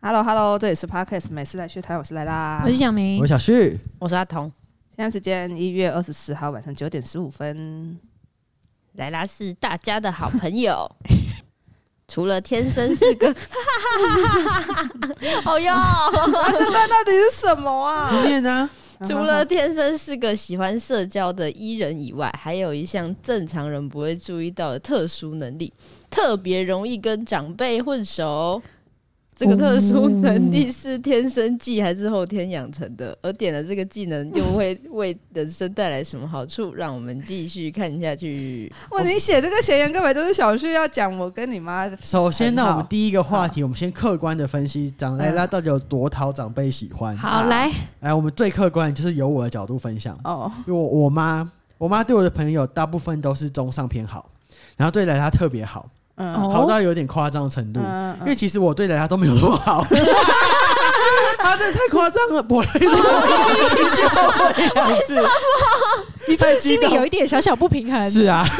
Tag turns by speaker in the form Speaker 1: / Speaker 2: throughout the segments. Speaker 1: Hello Hello，这里是 Podcast 美式来学台，我是莱拉
Speaker 2: 我。是小明
Speaker 3: 我，小旭，
Speaker 2: 我是阿童，
Speaker 1: 现在时间一月二十四号晚上九点十五分。
Speaker 2: 莱拉是大家的好朋友， 除了天生是个， 哦哟，
Speaker 1: 这段到底是什么啊？
Speaker 3: 念呢？
Speaker 2: 除了天生是个喜欢社交的伊人以外，还有一项正常人不会注意到的特殊能力，特别容易跟长辈混熟。这个特殊能力是天生技还是后天养成的？而点了这个技能又会为人生带来什么好处？让我们继续看下去。
Speaker 1: 哇，你写这个闲言根本就是小旭要讲我跟你妈。
Speaker 3: 首先呢，
Speaker 1: 很好
Speaker 3: 我们第一个话题，我们先客观的分析长莱拉到底有多讨长辈喜欢。
Speaker 1: 啊
Speaker 2: 好，来，
Speaker 3: 来，我们最客观的就是由我的角度分享，
Speaker 1: 哦，
Speaker 3: 因为我我妈，我妈对我的朋友大部分都是中上偏好，然后对莱拉特别好，
Speaker 1: 嗯
Speaker 2: 哦
Speaker 3: 好到有点夸张的程度。
Speaker 1: 嗯
Speaker 3: 因为其实我对莱拉都没有那么 好，啊，这也太夸张了，我来了，为 什么？
Speaker 4: 你是不
Speaker 3: 太
Speaker 4: 是
Speaker 3: 激
Speaker 4: 心
Speaker 3: 动
Speaker 4: 里有一点小小不平衡？
Speaker 3: 是啊，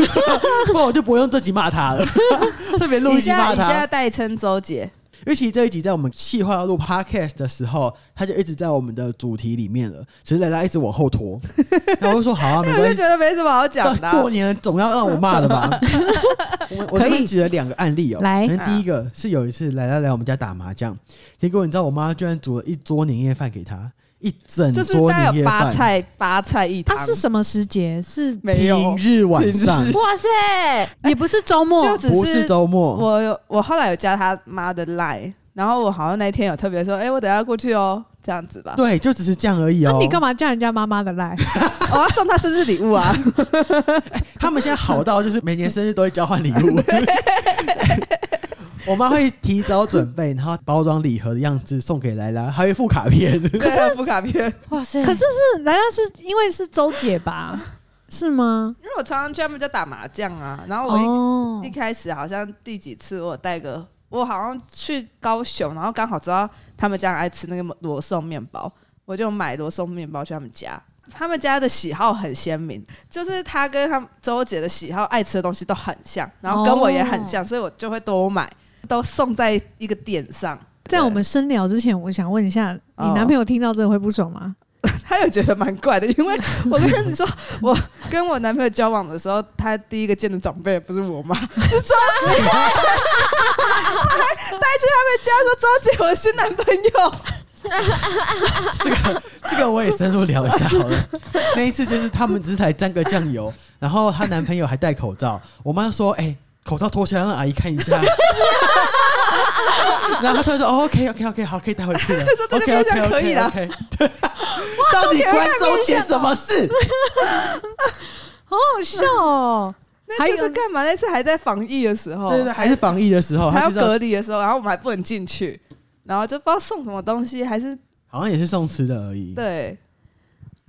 Speaker 3: 不然我就不会用这集骂他了， 特别录
Speaker 1: 你
Speaker 3: 一集
Speaker 1: 现在
Speaker 3: 骂
Speaker 1: 你现
Speaker 3: 他
Speaker 1: 在。代称周姐，
Speaker 3: 尤其这一集在我们计划要录 podcast 的时候，他就一直在我们的主题里面了，只是莱拉一直往 后拖。然后我就说好啊，没
Speaker 1: 我
Speaker 3: 关
Speaker 1: 就
Speaker 3: 系
Speaker 1: 觉，得没什么好讲的啊。
Speaker 3: 到过年总要让我骂 的吧。我我这
Speaker 4: 可
Speaker 3: 边
Speaker 4: 以
Speaker 3: 举了两个案例哦、
Speaker 4: 来
Speaker 3: 可能第一个是有一次莱拉来我们家打麻将，结果你知道我妈居然煮了一桌年夜饭给她，一整
Speaker 1: 就是
Speaker 3: 桌
Speaker 1: 大概
Speaker 3: 年
Speaker 1: 有
Speaker 3: 夜
Speaker 1: 八
Speaker 3: 饭。
Speaker 1: 菜八菜一汤
Speaker 4: 它，是什么时节？是
Speaker 1: 没有
Speaker 3: 平，日晚上
Speaker 1: 平日
Speaker 2: 哇塞，
Speaker 4: 也不是周末
Speaker 1: 就 只
Speaker 3: 不是周末，
Speaker 1: 我有我后来有加他妈的 line，然后我好像那天有特别说，哎、我等一下过去哦，这样子吧，
Speaker 3: 对，就只是这样而已
Speaker 4: 那
Speaker 3: 哦、
Speaker 4: 你干嘛叫人家妈妈的赖？
Speaker 1: 我要哦送他生日礼物 啊，
Speaker 3: 他们现在好到就是每年生日都会交换 礼物。我妈会提早准备，然后包装礼盒的样子送给莱拉，还会附卡片。
Speaker 1: 可是补卡片，
Speaker 2: 哇塞，
Speaker 4: 可是是莱拉是因为是周 姐吧？是吗？
Speaker 1: 因为我常常去他们家打麻将啊，然后我一、
Speaker 4: 哦
Speaker 1: 一，开始好像第几次我有带个，我好像去高雄，然后刚好知道他们家很爱吃那个罗宋面包，我就买罗宋面包去他们家。他们家的喜好很鲜明，就是他跟他周姐的喜好、爱吃的东西都很像，然后跟我也很像，所以我就会多买，都送在一个点上。
Speaker 4: 在我们深聊之前，我想问一下，你
Speaker 1: 哦
Speaker 4: 男朋友听到这个会不爽吗？
Speaker 1: 他也觉得蛮怪的，因 为我跟你说，我跟我男朋友交往的时候，他第一个见的长辈不是我 妈，是周姐，他还带去他们家说周姐我是男朋 友，
Speaker 3: 这个这个我也深入聊一下好了。那一次就是他们只是才沾个酱油，然后她男朋友还戴口罩，我妈说：“哎、口罩脱下来让阿姨看一下。” 然后她就说、哦、：“OK OK OK，好，可以带回去了。
Speaker 1: 说 这个
Speaker 3: OK
Speaker 1: 变
Speaker 3: OK
Speaker 1: 相
Speaker 3: OK
Speaker 1: 可以啦
Speaker 3: OK，对，到底关周
Speaker 1: 哦
Speaker 3: 姐什么事？
Speaker 4: 好好笑哦！
Speaker 1: 那次是干嘛？那次还在防疫的时候，
Speaker 3: 对对对，还是防疫的时候，
Speaker 1: 还
Speaker 3: 她
Speaker 1: 要
Speaker 3: 就知道
Speaker 1: 隔离的时候，然后我们还不能进去，然后就不知道送什么东西，还是
Speaker 3: 好像也是送吃的而已。
Speaker 1: 对，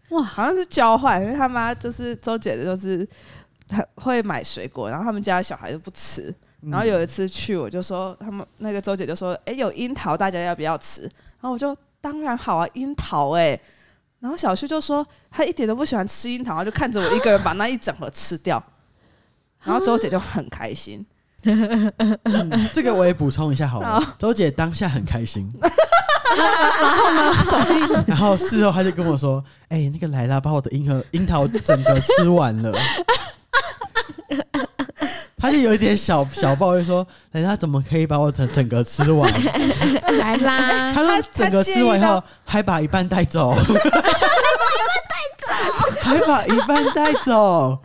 Speaker 4: 哇，
Speaker 1: 好像是交换，因为他妈就是周姐的，就是她会买水果，然后他们家小孩都不吃。
Speaker 3: 嗯，
Speaker 1: 然后有一次去，我就说他们那个周姐就说：“哎、有樱桃，大家要不要吃？”然后我就当然好啊，樱桃哎、然后小旭就说他一点都不喜欢吃樱桃，然后就看着我一个人把那一整盒吃掉。然后周姐就很开心，
Speaker 3: 嗯这个我也补充一下好了
Speaker 1: 好。
Speaker 3: 周姐当下很开心， 然后呢？然后事后她就跟我说：“哎、那个莱拉把我的樱桃樱桃整个吃完了。” 她就有一点小小抱怨说：“莱拉怎么可以把我的整个吃 完？”
Speaker 4: 莱拉
Speaker 3: 她说：“整个吃完以
Speaker 1: 她介意
Speaker 3: 后还把一半带走。”还把一半带走，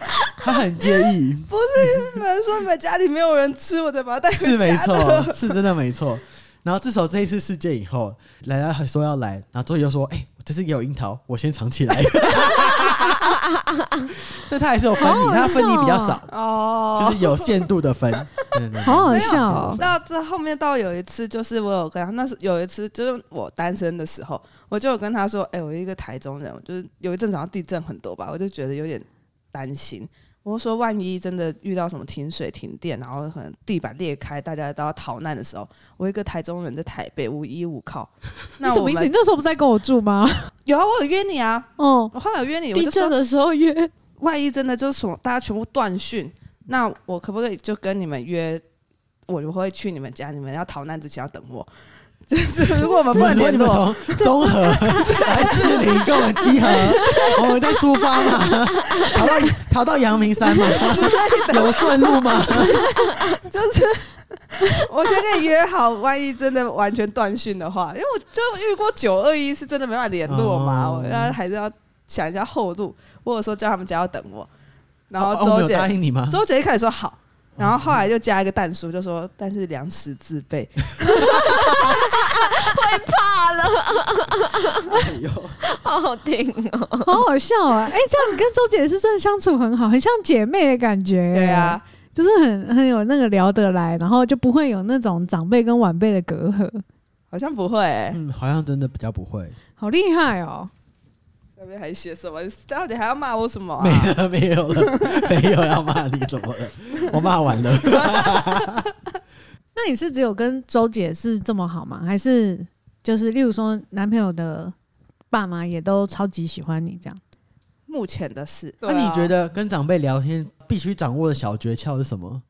Speaker 3: 他很介意，
Speaker 1: 不是你们说你们家里没有人吃，我才把它带回家
Speaker 3: 是
Speaker 1: 的
Speaker 3: 没错，是真的没错。然后自从这一次事件以后，莱莱还说要来，然后周宇又说：“哎、我这次也有樱桃，我先藏起来。” 但他还是有分
Speaker 4: 好好
Speaker 3: 你，他分你比较
Speaker 4: 笑
Speaker 3: 少，就
Speaker 1: 哦。
Speaker 3: 是有限度的分。对对对
Speaker 4: 好好笑哦。
Speaker 1: 到这后面到有一次，就是我有跟他，那是有一次就是我单身的时候，我就有跟他说，哎、我一个台中人，我就是有一阵子好像地震很多吧，我就觉得有点担心。我就说，万一真的遇到什么停水、停电，然后可能地板裂开，大家都要逃难的时候，我一个台中人在台北无依无 靠，
Speaker 4: 你
Speaker 1: 那
Speaker 4: 什
Speaker 1: 我
Speaker 4: 么意思？你
Speaker 1: 们
Speaker 4: 那时候不是在跟我 住吗？
Speaker 1: 有啊，我有约你啊，
Speaker 4: 哦，
Speaker 1: 我后来有约你，啊我
Speaker 2: 地
Speaker 1: 就说
Speaker 2: 震的时候约，
Speaker 1: 万一真的就是什么大家全部断讯，那我可不可以就跟你们约？我就会去你们家，你们要逃难之前要等我。就是如果我们不
Speaker 3: 不
Speaker 1: 能
Speaker 3: 然说
Speaker 1: 联
Speaker 3: 你们
Speaker 1: 络，
Speaker 3: 从中和来士林跟我们集合，我们再出发嘛，逃到逃到阳明山嘛，有顺路吗？
Speaker 1: 就是我先跟你约好，万一真的完全断讯的话，因为我就遇过九二一是真的没办法联络嘛，
Speaker 3: 哦
Speaker 1: 我要还是要想一下后路。我有说叫他们家要等我，然
Speaker 3: 哦
Speaker 1: 后
Speaker 3: 我们
Speaker 1: 周
Speaker 3: 有
Speaker 1: 姐、
Speaker 3: 答应你吗？
Speaker 1: 周姐一开始说好，然后后来就加一个蛋叔，就说但是粮食自备，
Speaker 3: 嗯哎呦
Speaker 2: 好好听哦。
Speaker 4: 好好笑啊！哎，这样你跟周姐是真的相处很好，很像姐妹的感觉。
Speaker 1: 对啊，，
Speaker 4: 就是很很有那个聊得来，然后就不会有那种长辈跟晚辈的隔阂，
Speaker 1: 好像不会、欸。
Speaker 3: 嗯，好像真的比较不会，
Speaker 4: 好厉害哦！
Speaker 1: 那边还写什么？你到底还要骂我什么、啊？
Speaker 3: 没了没有了，没有要骂你怎么了？我骂完 了，
Speaker 4: 那你是只有跟周姐是这么好吗？还是就是例如说男朋友的爸妈也都超级喜欢你这样？
Speaker 1: 目前的事。啊
Speaker 3: 那你觉？得跟长辈聊天必须掌握的小诀窍是什么？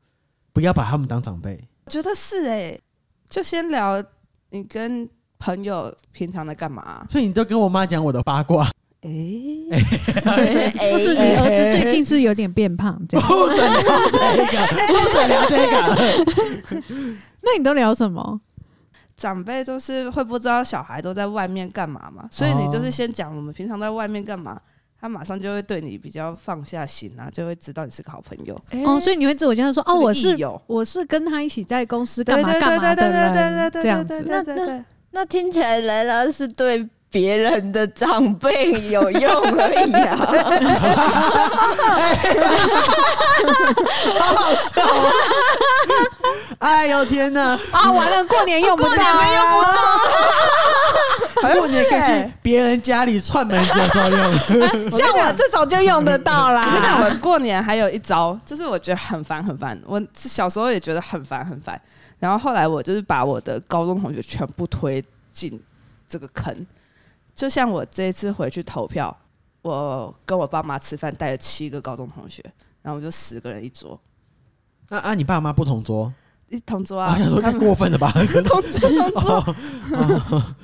Speaker 3: 不要把他们当长辈。
Speaker 1: 我觉得是哎、就先聊你跟朋友平常在干嘛？啊
Speaker 3: 所以你都跟我妈讲我的八卦，
Speaker 1: 哎、
Speaker 4: 就
Speaker 2: 哎不哎
Speaker 4: 是你儿子最近是有点变胖这
Speaker 1: 哎
Speaker 4: 样？
Speaker 3: 不准聊这个，不准聊这个。
Speaker 4: 那你都聊什么？
Speaker 1: 长辈就是会不知道小孩都在外面干嘛嘛，所以你就是
Speaker 3: 哦
Speaker 1: 先讲我们平常在外面干嘛，他马上就会对你比较放下心啊，就会知道你是个好朋友。
Speaker 4: 哦，所以你会自我介绍说哦，我
Speaker 1: 哎是
Speaker 4: 是
Speaker 1: 个益友
Speaker 4: 我是跟他一起在公司干
Speaker 1: 对
Speaker 4: 嘛
Speaker 1: 对
Speaker 4: 干
Speaker 1: 对
Speaker 4: 嘛
Speaker 1: 对
Speaker 4: 的
Speaker 1: 对对对
Speaker 4: 人
Speaker 1: 对
Speaker 4: 这样
Speaker 1: 对
Speaker 4: 子。
Speaker 1: 对
Speaker 4: 那
Speaker 1: 对
Speaker 4: 那
Speaker 1: 对。
Speaker 2: 那听起来莱拉是对别人的长辈有用而已啊，
Speaker 3: 好好笑、哦！哎呦天哪！
Speaker 4: 啊，完了，过年用不到啊。
Speaker 3: 过年可以去
Speaker 1: 欸
Speaker 3: 别人家里串门子的时候 用。
Speaker 4: 像我这种就用得到
Speaker 1: 真的，
Speaker 4: 啦。
Speaker 1: 我过年还有一招，就是我觉得很烦很烦。我小时候也觉得很烦很烦，然后后来我就是把我的高中同学全部推进这个坑。就像我这一次回去投票，我跟我爸妈吃饭，带了七个高中同学，然后我们就十个人一桌，
Speaker 3: 那啊，你爸妈不同桌，
Speaker 1: 一同桌
Speaker 3: 我、
Speaker 4: 哦
Speaker 1: 啊，
Speaker 3: 想说
Speaker 1: 他
Speaker 3: 太
Speaker 1: 们
Speaker 3: 过 分了吧？真的
Speaker 1: 同 桌同桌，
Speaker 3: 哦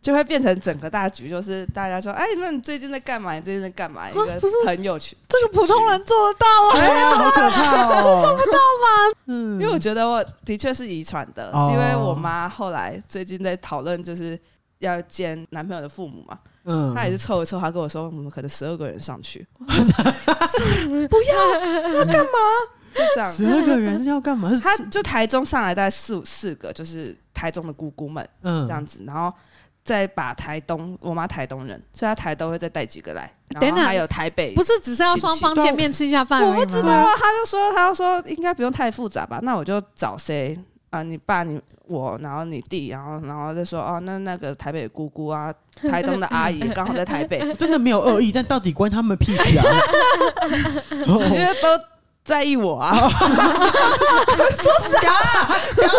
Speaker 1: 就会变成整个大局，就是大家说，哎，那你最近在干嘛？你最近在干嘛？一个
Speaker 4: 啊不是
Speaker 1: 朋友圈，
Speaker 4: 这个普通人做得到啊。
Speaker 3: 哎呀，好可怕哦！做不到吗？嗯，
Speaker 1: 因为我觉得我的确是遗传的，
Speaker 3: 哦
Speaker 1: 因为我妈后来最近在讨论就是要见男朋友的父母嘛，
Speaker 3: 嗯
Speaker 1: 她也是凑一凑，她跟我说我们可能十二个人上 去，不要，那干嘛？就这
Speaker 3: 十
Speaker 1: 样，
Speaker 3: 二个人是要干嘛？是
Speaker 1: 她就台中上来大概四五四个，就是台中的姑姑们
Speaker 3: 嗯
Speaker 1: 这样子，然后。再把台东，我妈台东人，所以她台东会再带几个来，然
Speaker 4: 等
Speaker 1: 后
Speaker 4: 等
Speaker 1: 还有台北，
Speaker 4: 不是只是要双方见面吃一下饭而
Speaker 1: 我
Speaker 4: 已吗？
Speaker 1: 不知道啊，他就说，他就说应该不用太复杂吧，那我就找谁啊？你爸、你我，然后你弟，然后然后就说哦，那那个台北姑姑啊，台东的阿姨刚好在台 北，
Speaker 3: 真的没有恶意，但到底关他们 屁事啊？
Speaker 1: 因
Speaker 3: 哦
Speaker 1: 为都在意我 啊，说啥？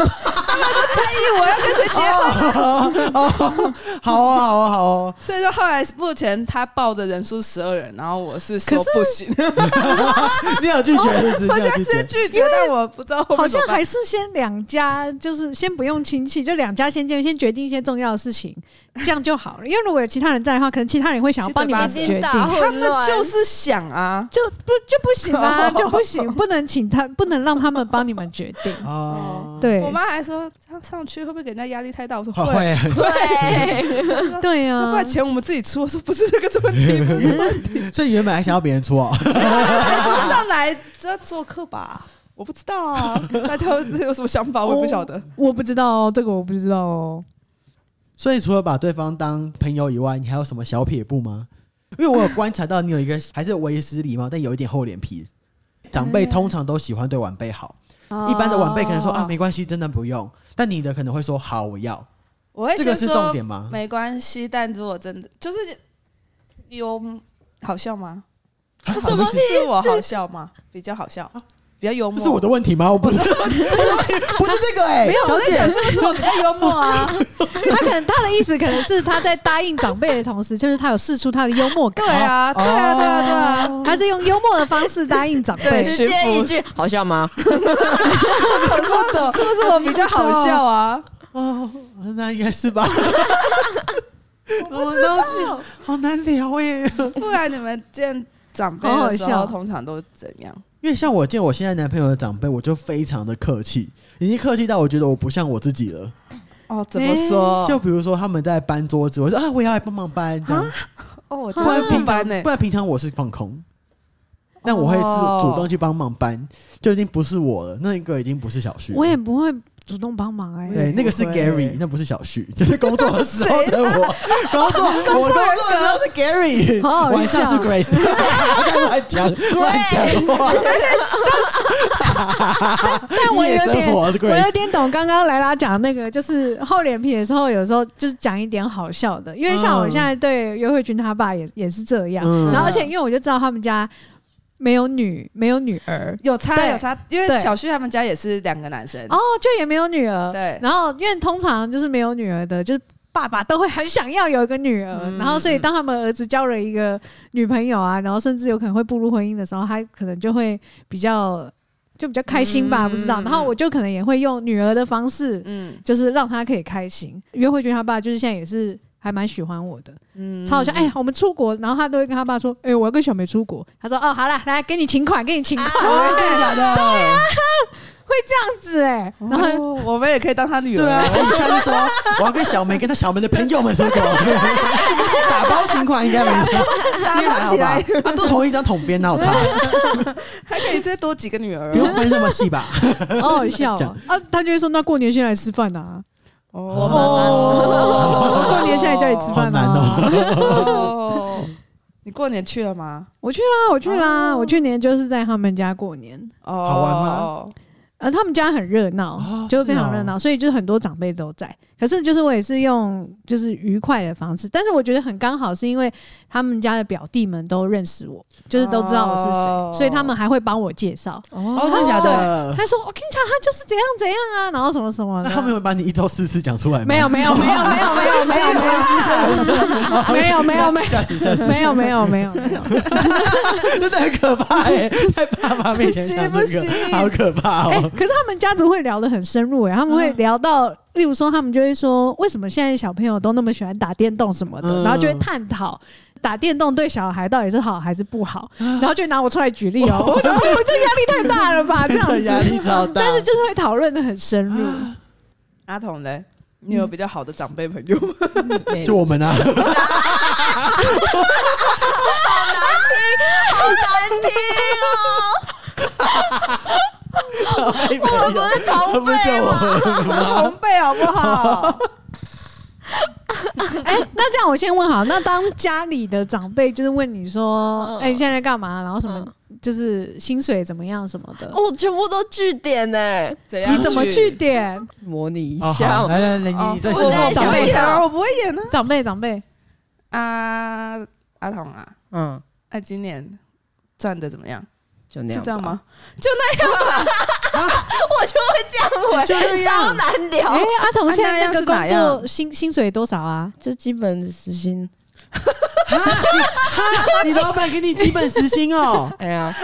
Speaker 1: 在意我要跟谁结婚，
Speaker 3: 好啊，好啊，好啊！
Speaker 1: 所以说后来目前他报的人数十二人，然后我是说
Speaker 4: 可是
Speaker 1: 不行，
Speaker 3: 你有拒绝是不是？
Speaker 1: 我
Speaker 3: 你有
Speaker 1: 现在
Speaker 3: 拒绝
Speaker 1: 先拒绝，但我不知道后
Speaker 4: 好
Speaker 1: 面怎
Speaker 4: 像
Speaker 1: 么办
Speaker 4: 还是先两家，就是先不用亲戚，就两家先见面，先决定一些重要的事情，这样就好了。因为如果有其他人在的话，可能其他人会想要帮你们
Speaker 2: 已
Speaker 4: 决
Speaker 2: 经
Speaker 4: 定，
Speaker 2: 大
Speaker 4: 就
Speaker 1: 他
Speaker 2: 混
Speaker 1: 们
Speaker 2: 乱，
Speaker 1: 就是想啊，
Speaker 4: 不就不行啊，就不行，不能请他，不能让他们帮你们决定。
Speaker 3: 哦，
Speaker 4: 对
Speaker 1: 我，妈还说上上去会不会给人家压力太大？我说
Speaker 3: 好
Speaker 1: 会，
Speaker 3: 会，
Speaker 2: 对，
Speaker 4: 对呀、
Speaker 1: 那不然钱我们自己出。我说不是这个问题，不是问题，
Speaker 3: 所以原本还想要别人出哦，
Speaker 1: 他说上来只要做客吧。我不知道啊， 大家有什么想法，我也不晓得。
Speaker 4: 我不知道哦，这个我不知道哦。
Speaker 3: 所以除了把对方当朋友以外，你还有什么小撇步吗？因为我有观察到你有一个还是为时礼貌，但有一点厚脸皮。长辈通常都喜欢对晚辈好，
Speaker 1: 哦
Speaker 3: 一般的晚辈可能说啊没关系，真的不用。但你的可能会说好，我要。
Speaker 1: 我会
Speaker 3: 这个
Speaker 1: 先
Speaker 3: 是
Speaker 1: 哎说
Speaker 3: 重点吗？
Speaker 1: 没关系，但如果真的就是有好笑吗？
Speaker 3: 啊
Speaker 2: 什么意思
Speaker 1: 是我好笑吗？比较好笑，比较幽默。
Speaker 3: 这是我的问题吗？我不是，不是这个哎、
Speaker 1: 没有，
Speaker 3: 小
Speaker 1: 我在
Speaker 3: 姐
Speaker 1: 想是不是我比较幽默 啊？
Speaker 4: 他可能他的意思可能是他在答应长辈的同时，就是他有试出他的幽默感，
Speaker 1: 对啊，对啊，对啊，对啊。
Speaker 4: 他是用幽默的方式答应长
Speaker 1: 对
Speaker 4: 辈。
Speaker 2: 直接一句好笑吗？
Speaker 1: 我说是不是我比较好笑啊？
Speaker 3: 哦，那应该是 吧。我都是好难聊欸耶、
Speaker 1: 不然你们见长辈的时
Speaker 4: 好
Speaker 1: 候，
Speaker 4: 好笑
Speaker 1: 通常都怎样？
Speaker 3: 因为像我见我现在男朋友的长辈，我就非常的客气，已经客气到我觉得我不像我自己了。
Speaker 1: 哦，怎么说？
Speaker 3: 就比如说他们在搬桌子，我说啊，我也要来帮忙搬，这样。
Speaker 1: 哦，我
Speaker 3: 不
Speaker 1: 觉得
Speaker 3: 然
Speaker 1: 不
Speaker 3: 平
Speaker 1: 般
Speaker 3: 常
Speaker 1: 呢
Speaker 3: 不。然平常我是放空，但我会
Speaker 1: 哦
Speaker 3: 主主动去帮忙搬，就已经不是我了，那个已经不是小旭了。
Speaker 4: 我也不会主动帮忙哎、
Speaker 3: 对，那个是
Speaker 1: 不会
Speaker 3: Gary，那不是小旭， 就是工作的时候的我。 工 作，我工作的时候是 Gary，
Speaker 4: 好好笑
Speaker 3: 晚上是 Grace。我 乱讲乱讲话。
Speaker 4: 但哎我有
Speaker 3: 夜生
Speaker 4: 点，
Speaker 3: 活是
Speaker 4: 我有
Speaker 3: Grace。
Speaker 4: 点懂刚刚莱拉讲那个，就是厚脸皮的时候，有时候就是讲一点好笑的，因为像我现在对约会君他爸也也是这样，
Speaker 3: 嗯
Speaker 4: 然后而且因为我就知道他们家没有女没有女儿，
Speaker 1: 有差
Speaker 4: 对
Speaker 1: 有差，因为
Speaker 4: 对
Speaker 1: 小旭他们家也是两个男生
Speaker 4: 哦，就也没有女儿，
Speaker 1: 对
Speaker 4: 然后因为通常就是没有女儿的，就是爸爸都会很想要有一个女儿，
Speaker 1: 嗯
Speaker 4: 然后所以当他们儿子交了一个女朋友啊，然后甚至有可能会步入婚姻的时候，他可能就会比较就比较开心吧，
Speaker 1: 嗯
Speaker 4: 不知道。然后我就可能也会用女儿的方式，
Speaker 1: 嗯
Speaker 4: 就是让他可以开心。约会君他爸就是现在也是。还蛮喜欢我的，
Speaker 1: 嗯
Speaker 4: 超好笑！哎、我们出国，然后他都会跟他爸说：“哎、我要跟小梅出国。”他说：“哦，好啦，来给你请款，给你请款。
Speaker 3: 啊真的假的？
Speaker 2: 啊
Speaker 4: 这样子哎、
Speaker 1: 哦
Speaker 4: 然后
Speaker 1: 我们也可以当他女儿。
Speaker 3: 对啊， 我一下就说我要跟小梅跟她小梅的朋友们出国， 打包情况应该没错，
Speaker 1: 打
Speaker 3: 应该还
Speaker 1: 他
Speaker 3: 好
Speaker 1: 起
Speaker 3: 吧
Speaker 1: 来，？
Speaker 3: 啊，都同一张桶边，那 我操，
Speaker 1: 还可以再多几个女儿
Speaker 3: 不。用分那么 细吧？
Speaker 4: 好好笑
Speaker 3: 讲
Speaker 4: 哦啊！他就会说：“那过年先来吃饭啊，
Speaker 1: 我
Speaker 4: 哦过年先来叫你吃饭
Speaker 3: 哦好
Speaker 4: 啊。
Speaker 1: 哦，你过年去了吗？”
Speaker 4: 我去啦，啊我去啦，
Speaker 1: 哦
Speaker 4: 我去年就是在他们家过年，
Speaker 1: 哦，
Speaker 3: 好玩吗？
Speaker 4: 呃，他们家很热闹
Speaker 3: 哦，
Speaker 4: 就是非常
Speaker 3: 是哦
Speaker 4: 热闹，所以就是很多长辈都在。可是就是我也是用就是愉快的方式，但是我觉得很刚好，是因为他们家的表弟们都认识我，就是都知道我是
Speaker 1: 哦
Speaker 4: 谁，所以他们还会帮我介绍。
Speaker 3: 哦，真的假的？
Speaker 4: 他说：“我跟你讲，他就是怎样怎样啊，然后什么什么
Speaker 3: 那
Speaker 4: 的。”
Speaker 3: 他们有把你一周四次讲出来吗？
Speaker 4: 没有没有没有没有没有没有没有没有没有没有
Speaker 3: 吓死吓死！
Speaker 4: 没有没有没有没有。
Speaker 3: 真的很可怕哎、在爸妈面前讲这
Speaker 1: 不行不
Speaker 3: 个，
Speaker 1: 行
Speaker 3: 好可怕
Speaker 4: 哎、
Speaker 3: 哦、
Speaker 4: 可是他们家族会聊得很深入哎、他们会聊到，例如说，他们就会说，为什么现在小朋友都那么喜欢打电动什么的，
Speaker 3: 嗯
Speaker 4: 然后就会探讨打电动对小孩到底是好还是不好，
Speaker 3: 啊
Speaker 4: 然后就拿我出来举例哦、我 觉得我这压力太大了吧，这
Speaker 3: 真
Speaker 4: 样
Speaker 3: 的压
Speaker 4: 子，
Speaker 3: 力超大。啊
Speaker 4: 但是就是会讨论的很深入，
Speaker 1: 阿童嘞，你有比较好的长辈朋友吗？
Speaker 3: 就我们啊，好难听，好难听哦。
Speaker 1: 同
Speaker 3: 不是我们
Speaker 1: 同辈好不 好？
Speaker 4: 哎、那这样我先问好，那当家里的长辈就是问你说，
Speaker 2: 嗯
Speaker 4: 哎、你现在在干嘛？然后什么、就是薪水怎么样什么的，
Speaker 2: 我哦全部都据点呢，
Speaker 1: 怎样？
Speaker 4: 哦你怎么据？点？
Speaker 2: 模拟一
Speaker 3: 哦
Speaker 2: 下
Speaker 4: 哎
Speaker 3: 好，。来来来，你你再
Speaker 1: 我
Speaker 3: 试
Speaker 2: 现在
Speaker 3: 试
Speaker 1: 不
Speaker 2: 想
Speaker 1: 会
Speaker 2: 一
Speaker 1: 演
Speaker 2: 下
Speaker 1: 啊，哦我不会演啊。
Speaker 4: 长辈长辈，
Speaker 1: 啊，阿童啊，
Speaker 2: 嗯，
Speaker 1: 那今年赚的怎么样？
Speaker 2: 就那
Speaker 1: 是
Speaker 2: 样，
Speaker 1: 这样？吗？
Speaker 2: 我就会这样回，
Speaker 3: 啊就那样
Speaker 2: 超难聊
Speaker 4: 哎、。阿童现在那个
Speaker 1: 啊那样是哪
Speaker 4: 工
Speaker 1: 样
Speaker 4: 作薪薪水多少啊？
Speaker 2: 就基本时薪，
Speaker 3: 你老板给你基本时薪哦，
Speaker 2: 哎呀，
Speaker 3: 啊，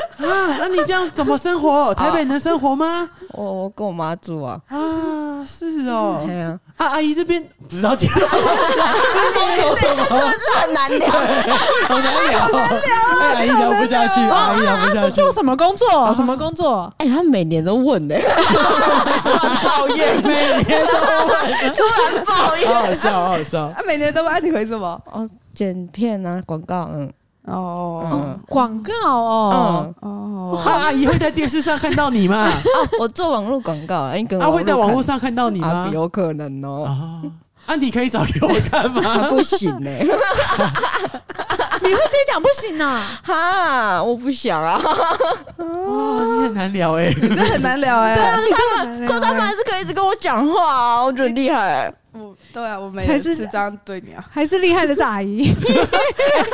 Speaker 3: 那你这样怎么生活？台北能生活吗？
Speaker 2: 我我跟我妈住啊，
Speaker 3: 啊，是
Speaker 2: 哎
Speaker 3: 哦，
Speaker 2: 呀，
Speaker 3: 啊，阿姨这边不知道解释，
Speaker 2: 这是很难聊。
Speaker 3: 好难聊，哎阿姨聊不下去，
Speaker 4: 哦
Speaker 3: 阿姨聊啊不下
Speaker 4: 啊是
Speaker 3: 去
Speaker 4: 做。什么工作？什么工作？
Speaker 2: 哎，他每年都问 的，抱怨，
Speaker 3: 每天都
Speaker 2: 突然抱
Speaker 3: 好好笑，好好笑。
Speaker 1: 啊，每天都问啊你回什么？
Speaker 2: 哦，剪片啊，广告，嗯
Speaker 1: 哦
Speaker 2: 嗯
Speaker 4: 广告哦，
Speaker 1: 哦，
Speaker 3: 啊阿姨会在电视上看到你吗？
Speaker 2: 我做网络广告啊，你跟
Speaker 3: 啊，会在网络上看到你
Speaker 2: 啊
Speaker 3: 吗？，
Speaker 2: 有可能哦，
Speaker 3: 啊，啊，你可以找给我看吗？
Speaker 2: 啊不行呢，
Speaker 4: 你会跟你讲不行啊 呐？
Speaker 2: 哈，我不想啊，
Speaker 3: 哇，你很难聊哎。
Speaker 1: 这很难聊哎。
Speaker 4: 你这么
Speaker 2: 可他们还是可以一直跟我讲话啊，我觉得很厉害。
Speaker 1: 我对啊，我每
Speaker 4: 才
Speaker 1: 次
Speaker 4: 是
Speaker 1: 这样对你啊，
Speaker 4: 还是厉害的是阿姨，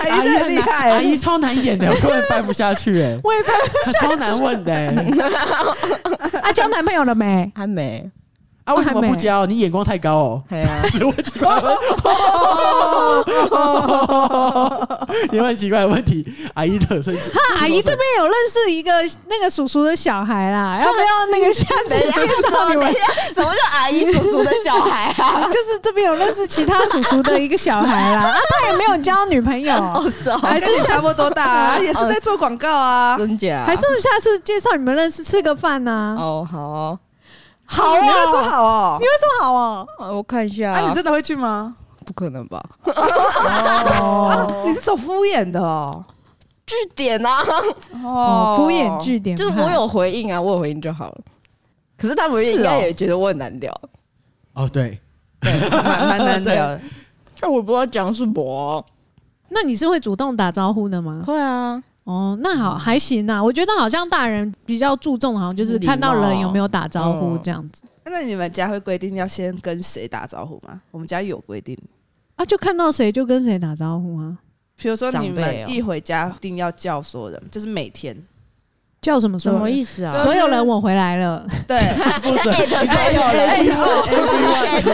Speaker 1: 阿
Speaker 3: 阿
Speaker 1: 姨真的很
Speaker 3: 姨很
Speaker 1: 厉
Speaker 3: 难
Speaker 1: 害
Speaker 3: 阿姨超难演的，我根本掰不下去 哎，
Speaker 4: 我也不
Speaker 3: 她超难问的 哎。
Speaker 4: 啊，交男朋友了没？
Speaker 2: 还没，
Speaker 3: 啊，为什么
Speaker 4: 还没
Speaker 3: 不教？你眼光太高哦。
Speaker 2: 哎呀，
Speaker 3: 我很奇怪的问题， 你问很奇怪的问题，阿姨特生气。
Speaker 4: 啊，阿姨这边有认识一个那个叔叔的小孩啦，要不要那个下次介绍 你们？
Speaker 2: 哎什么叫阿姨叔叔的小孩 啊？
Speaker 4: 就是这边有认识其他叔叔的一个小孩 啦，啊，他也没有交女朋友，
Speaker 2: 哦
Speaker 4: 还
Speaker 1: 还
Speaker 4: 是
Speaker 1: 是
Speaker 4: 下
Speaker 1: 差不多大啊，也是在做广告啊。
Speaker 2: 真假？
Speaker 4: 还是我下次介绍你们认识吃个饭呐？
Speaker 2: 哦，好哦，
Speaker 4: 好
Speaker 1: 你会说
Speaker 4: 哦，
Speaker 1: 好哦
Speaker 4: 你？会说好哦？
Speaker 2: 啊我看一下
Speaker 1: 啊，
Speaker 2: 啊，
Speaker 1: 你真的会去吗？
Speaker 2: 不可能吧？
Speaker 1: 啊，你
Speaker 4: 哦，
Speaker 1: 是走敷衍的哦。
Speaker 2: 据点啊，
Speaker 1: 哦
Speaker 4: 哦，敷衍据点，
Speaker 2: 就是我，有回应啊，我有回应就好了。可是他们
Speaker 1: 哦
Speaker 2: 应该也觉得我很难聊，
Speaker 3: 哦，对，
Speaker 1: 蛮蛮难聊的。
Speaker 2: 但我不知道讲什么。啊
Speaker 4: 那你是会主动打招呼的吗？
Speaker 2: 会啊，
Speaker 4: 哦，那好，还行啊。我觉得好像大人比较注重，好像就是看到人有没有打招
Speaker 2: 嗯
Speaker 4: 呼这样子
Speaker 1: 那你们家会规定要先跟谁打招呼吗？我们家有规定，
Speaker 4: 啊，就看到谁就跟谁打招呼啊，
Speaker 1: 比如说你
Speaker 2: 长辈哦
Speaker 1: 们一回家一定要叫所有人，就是每天
Speaker 4: 叫什么
Speaker 2: 什
Speaker 4: 什
Speaker 2: 么
Speaker 4: 么
Speaker 2: 意思啊
Speaker 1: 就？
Speaker 4: 所有人我回来了，
Speaker 1: 对，
Speaker 3: 负责
Speaker 2: 特
Speaker 1: 哎
Speaker 2: 所有人，艾特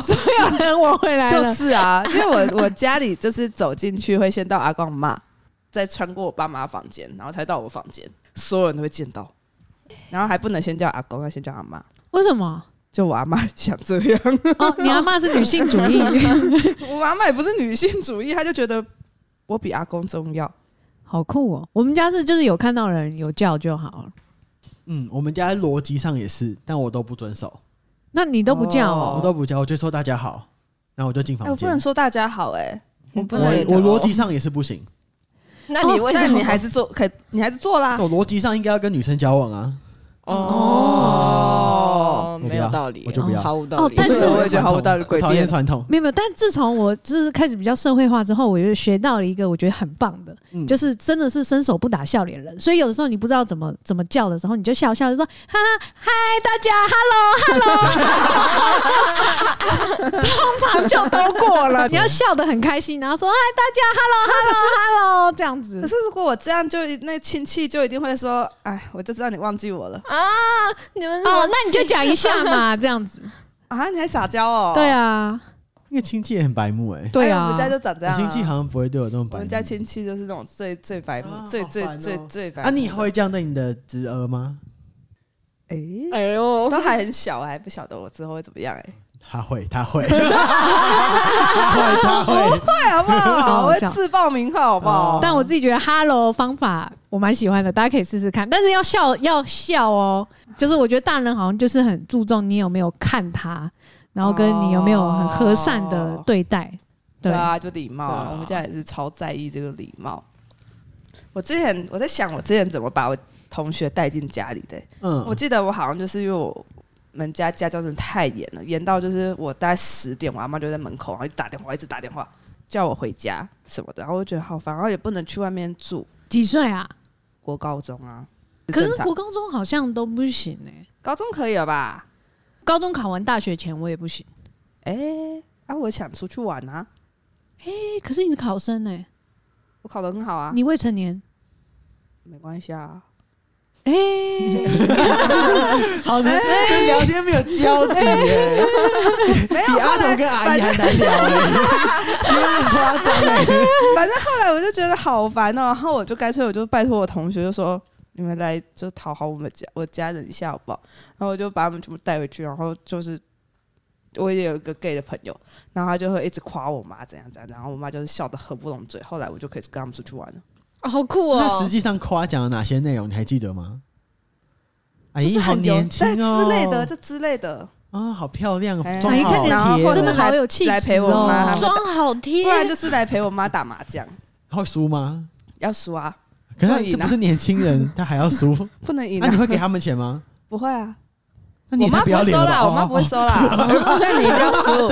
Speaker 4: 所有人我回来
Speaker 1: 就
Speaker 4: 了。
Speaker 1: 是啊，因为我我家里就是走进去会先到阿公妈，再穿过我爸妈房间，然后才到我房间，所有人都会见到，然后还不能先叫阿公，要先叫阿妈。
Speaker 4: 为什么？
Speaker 1: 就我阿妈想这 样，
Speaker 4: 哦，你阿妈是女性主义，
Speaker 1: 我阿妈也不是女性主义，她就觉得我比阿公重要。
Speaker 4: 好酷哦！我们家是就是有看到人有叫就好了。
Speaker 3: 嗯，我们家逻辑上也是，但我都不遵守，
Speaker 4: 那你都不叫
Speaker 1: 哦
Speaker 4: 哦？
Speaker 3: 我都不教，我就说大家好，然后我就进
Speaker 1: 哎、
Speaker 3: 房
Speaker 1: 我不
Speaker 3: 间。
Speaker 1: 能说大家好哎、我不
Speaker 3: 我
Speaker 1: 能
Speaker 3: 我逻辑上也是不行，
Speaker 2: 那你为什
Speaker 1: 但
Speaker 2: 么
Speaker 1: 你还是做，可你还是做啦。
Speaker 3: 我逻辑上应该要跟女生交往啊。
Speaker 2: 哦，
Speaker 3: 我不要
Speaker 2: 没有道理，
Speaker 3: 我就不要
Speaker 2: 毫无道
Speaker 4: 哦
Speaker 2: 理。
Speaker 4: 但是
Speaker 3: 我这个人
Speaker 1: 我也觉得好无道理
Speaker 3: 传统我讨
Speaker 1: 诡
Speaker 3: 厌
Speaker 1: 辩
Speaker 3: 传统。
Speaker 4: 没有没有，但自从我就是开始比较社会化之后，我就学到了一个我觉得很棒的，
Speaker 3: 嗯
Speaker 4: 就是真的是伸手不打笑脸人。所以有的时候你不知道怎么怎么叫的时候，你就笑笑就说哈嗨大家，hello hello，通常就都过 了。你要笑得很开心，然后说嗨大家，hello hello hello 这样
Speaker 1: 可
Speaker 3: 啊
Speaker 4: 子。
Speaker 1: 是如果我这样就，那亲戚就一定会说：“哎，我就知道你忘记我了
Speaker 2: 啊，你们
Speaker 3: 啊
Speaker 4: 哦，那你就讲一下嘛，这样子。
Speaker 1: 啊！”你还撒娇哦？
Speaker 4: 对，啊，
Speaker 3: 因为亲戚也很白目哎、
Speaker 4: 对
Speaker 1: 哎我
Speaker 4: 啊
Speaker 1: 们，家就长这
Speaker 3: 我
Speaker 1: 样、啊。
Speaker 3: 亲戚好像不会对我这么
Speaker 1: 我
Speaker 3: 白目。
Speaker 1: 们家亲戚就是那种最最白目、
Speaker 3: 啊
Speaker 1: 最
Speaker 3: 好
Speaker 1: 最
Speaker 3: 烦哦
Speaker 1: 最最白目。
Speaker 3: 啊，你以后会这样对你的侄儿吗？
Speaker 1: 哎、
Speaker 2: 哎呦，
Speaker 1: 都还很小，还不晓得我之后会怎么样哎、
Speaker 3: 他会，他 会，他会，他会。
Speaker 1: 会好不好？
Speaker 4: 好
Speaker 1: 我会
Speaker 4: 笑
Speaker 1: 自报名号好不好？
Speaker 4: 但我自己觉得 hello 方法我蛮喜欢的，大家可以试试看，但是要笑要笑哦。就是我觉得大人好像就是很注重你有没有看他，然后跟你有没有很和善的对待。
Speaker 1: 对
Speaker 4: 对，
Speaker 1: 啊，就礼貌、
Speaker 2: 对
Speaker 1: 啊
Speaker 2: 啊。
Speaker 1: 我们家也是超在意这个礼貌。我之前我在想，我之前怎么把我同学带进家里的欸、
Speaker 3: 嗯，
Speaker 1: 我记得我好像就是因为我们家家教真的太严了，严到就是我大概十点，我阿妈就在门口，然后一直打电话，一直打电话叫我回家什么的，然后我就觉得好烦，然后也不能去外面住，
Speaker 4: 几岁啊？
Speaker 1: 国高中啊，
Speaker 4: 可是
Speaker 1: 正常
Speaker 4: 国高中好像都不行哎、
Speaker 1: 高中可以了吧？
Speaker 4: 高中考完大学前我也不行。
Speaker 1: 哎、啊，我想出去玩啊，
Speaker 4: 哎、可是你是考生哎、
Speaker 1: 我考得很好啊，
Speaker 4: 你未成年，
Speaker 1: 没关系啊，
Speaker 4: 哎、
Speaker 3: 好难，
Speaker 1: 哎
Speaker 3: 这聊天没有交 集耶，比阿童跟阿姨还难聊哎耶，因为很夸张耶。
Speaker 1: 反正后来我就觉得好烦哦，然后我就干脆我就拜托我同学就说。你们来就讨好我们家我家人一下好不好？然后我就把他们全部带回去，然后就是我也有一个 gay 的朋友，然后他就会一直夸我妈怎样怎样，然后我妈就是笑得合不拢嘴。后来我就可以跟他们出去玩了。
Speaker 2: 哦好酷哦！
Speaker 3: 那实际上夸奖了哪些内容？你还记得吗？阿
Speaker 1: 就
Speaker 3: 姨
Speaker 1: 是
Speaker 3: 好
Speaker 1: 很油
Speaker 3: 年轻
Speaker 1: 对之
Speaker 3: 哦，
Speaker 1: 类的，这之类的，
Speaker 3: 啊，好漂亮，
Speaker 1: 哎
Speaker 3: 妆
Speaker 4: 阿姨看起来
Speaker 3: 好
Speaker 1: 然
Speaker 3: 贴
Speaker 1: 后
Speaker 3: 哦，
Speaker 4: 真的好有气质哦
Speaker 1: 来陪我妈他们
Speaker 2: 妆好贴
Speaker 1: 不，然就是来陪我妈打麻将，
Speaker 3: 会输吗？
Speaker 1: 要输啊，
Speaker 3: 可
Speaker 1: 不
Speaker 3: 是他
Speaker 1: 能赢
Speaker 3: 这
Speaker 1: 啊
Speaker 3: 不是年轻人， 他还要输，
Speaker 1: 不能赢
Speaker 3: 那你
Speaker 1: 啊，
Speaker 3: 会给他们钱吗？
Speaker 1: 不会 啊，
Speaker 3: 那你
Speaker 1: 我
Speaker 3: 也
Speaker 1: 妈
Speaker 3: 太不
Speaker 1: 不
Speaker 3: 要
Speaker 1: 会
Speaker 3: 脸
Speaker 1: 收
Speaker 3: 了
Speaker 1: 啦，
Speaker 3: 吧，
Speaker 1: 我妈
Speaker 3: 哦
Speaker 1: 不会收啦，但你一定要 输，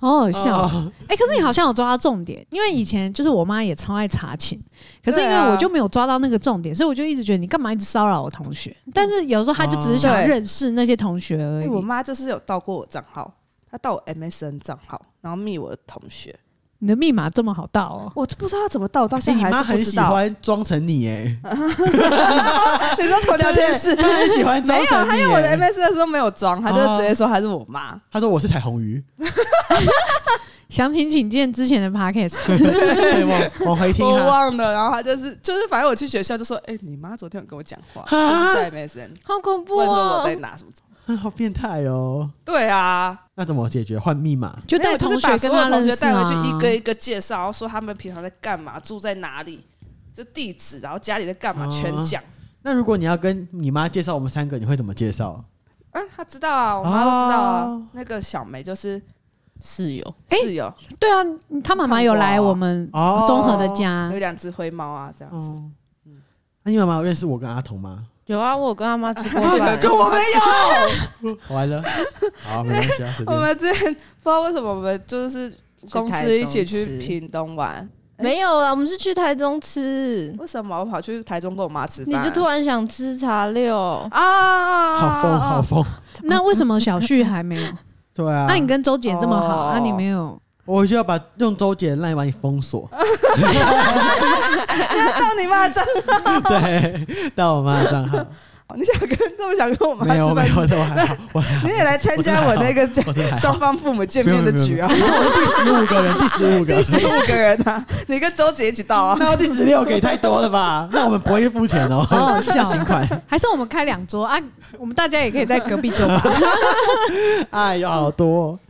Speaker 4: 好好笑哦。
Speaker 3: 哦
Speaker 4: 哎、可是你好像有抓到重点，因为以前就是我妈也超爱查寝，可是因
Speaker 1: 对
Speaker 4: 为
Speaker 1: 啊
Speaker 4: 我就没有抓到那个重点，所以我就一直觉得你干嘛一直骚扰我同学？但是有时候她就只是想
Speaker 1: 对
Speaker 4: 认识那些同学
Speaker 1: 嗯
Speaker 4: 而
Speaker 1: 哎、
Speaker 4: 已。
Speaker 1: 我妈就是有盗过我账号，她盗我 MSN 账号，然后密我的同学，
Speaker 4: 你的密码这么好盗哦？
Speaker 1: 我就不知道她怎么盗，我到
Speaker 3: 哎
Speaker 1: 现
Speaker 3: 你
Speaker 1: 在
Speaker 3: 妈
Speaker 1: 还是不
Speaker 3: 很
Speaker 1: 知
Speaker 3: 喜
Speaker 1: 道。
Speaker 3: 欢装成你哎，
Speaker 1: 你说头条电视
Speaker 3: 她很喜欢装
Speaker 1: 没有，
Speaker 3: 成
Speaker 1: 她
Speaker 3: 你
Speaker 1: 用我的
Speaker 3: 耶。
Speaker 1: MSN 的时候没有装，她就
Speaker 3: 哦
Speaker 1: 直接说她是我妈。
Speaker 3: 她说我是彩 虹鱼，
Speaker 4: 详情请见之前的 podcast。
Speaker 3: 对往往回听
Speaker 1: 我
Speaker 3: 她。
Speaker 1: 忘了，然后她就是就是，反正我去学校就说，哎、你妈昨天有跟我讲话，
Speaker 3: 啊
Speaker 1: 就是在 MSN
Speaker 2: 好恐怖
Speaker 1: 问说
Speaker 2: 哦
Speaker 1: 我！在哪什么之类的？
Speaker 3: 啊，好变态哦！
Speaker 1: 对啊，
Speaker 3: 那怎么解决？换密码？
Speaker 4: 就带
Speaker 1: 没有
Speaker 4: 同
Speaker 1: 是
Speaker 4: 学
Speaker 1: 把所
Speaker 4: 跟
Speaker 1: 有
Speaker 4: 他
Speaker 1: 同
Speaker 4: 认
Speaker 1: 学
Speaker 4: 识
Speaker 1: 带
Speaker 4: 啊，
Speaker 1: 回去一个一个介绍，然后说他们平常在干嘛，住在哪里，这地址，然后家里在干嘛，
Speaker 3: 哦
Speaker 1: 全讲。
Speaker 3: 那如果你要跟你妈介绍我们三个，你会怎么介绍？
Speaker 1: 啊，他知道啊，我妈都知道啊。
Speaker 3: 哦
Speaker 1: 那个小梅就是
Speaker 2: 室友
Speaker 1: 室友，
Speaker 4: 对啊，他妈妈有来我们
Speaker 1: 啊
Speaker 3: 哦
Speaker 4: 综合的家
Speaker 1: 有，两只灰猫啊，这样子。嗯
Speaker 3: 哦，那你妈妈有认识我跟阿童吗？
Speaker 2: 有啊，我有跟他妈吃过 饭，
Speaker 1: 就我没有，
Speaker 3: 完了，好，没关系啊，随
Speaker 1: 我
Speaker 3: 便。
Speaker 1: 们之前不知道为什么我们就是公
Speaker 2: 台
Speaker 1: 司
Speaker 2: 中
Speaker 1: 一起去
Speaker 2: 吃
Speaker 1: 屏东玩，
Speaker 3: 嗯
Speaker 2: 没有啊，我们是去台中吃，
Speaker 1: 为什么我跑去台中跟我妈吃
Speaker 2: 你
Speaker 1: 饭？
Speaker 2: 就突然想吃茶六，
Speaker 1: 啊啊，
Speaker 3: 好疯，好
Speaker 1: 疯！
Speaker 3: 疯。
Speaker 4: 那为什么小旭 还没有？
Speaker 3: 对啊，
Speaker 4: 那你跟周姐这么好，啊
Speaker 1: 哦
Speaker 4: 那你没有？
Speaker 3: 我就要把用周姐的赖把你 封锁，
Speaker 1: 到你妈这，
Speaker 3: 对，到我妈的账号。
Speaker 1: 你想跟那么想跟我妈
Speaker 3: 没有
Speaker 1: 吃
Speaker 3: 没有
Speaker 1: 饭？
Speaker 3: 的，我还好， 我还好
Speaker 1: 你。也来参加我那个家
Speaker 3: 我真的还好
Speaker 1: 双方父母见面的局啊，
Speaker 3: 第十五个人，第十五
Speaker 1: 第十
Speaker 3: 个，
Speaker 1: 五个人 啊，你跟周姐一起到啊。
Speaker 3: 那第十六个也太多了吧？那我们不会付钱哦，
Speaker 4: 好好 笑
Speaker 3: 请款。
Speaker 4: 还是我们开两桌啊？我们大家也可以在隔壁桌吧。
Speaker 3: 哎呦，好多、哦。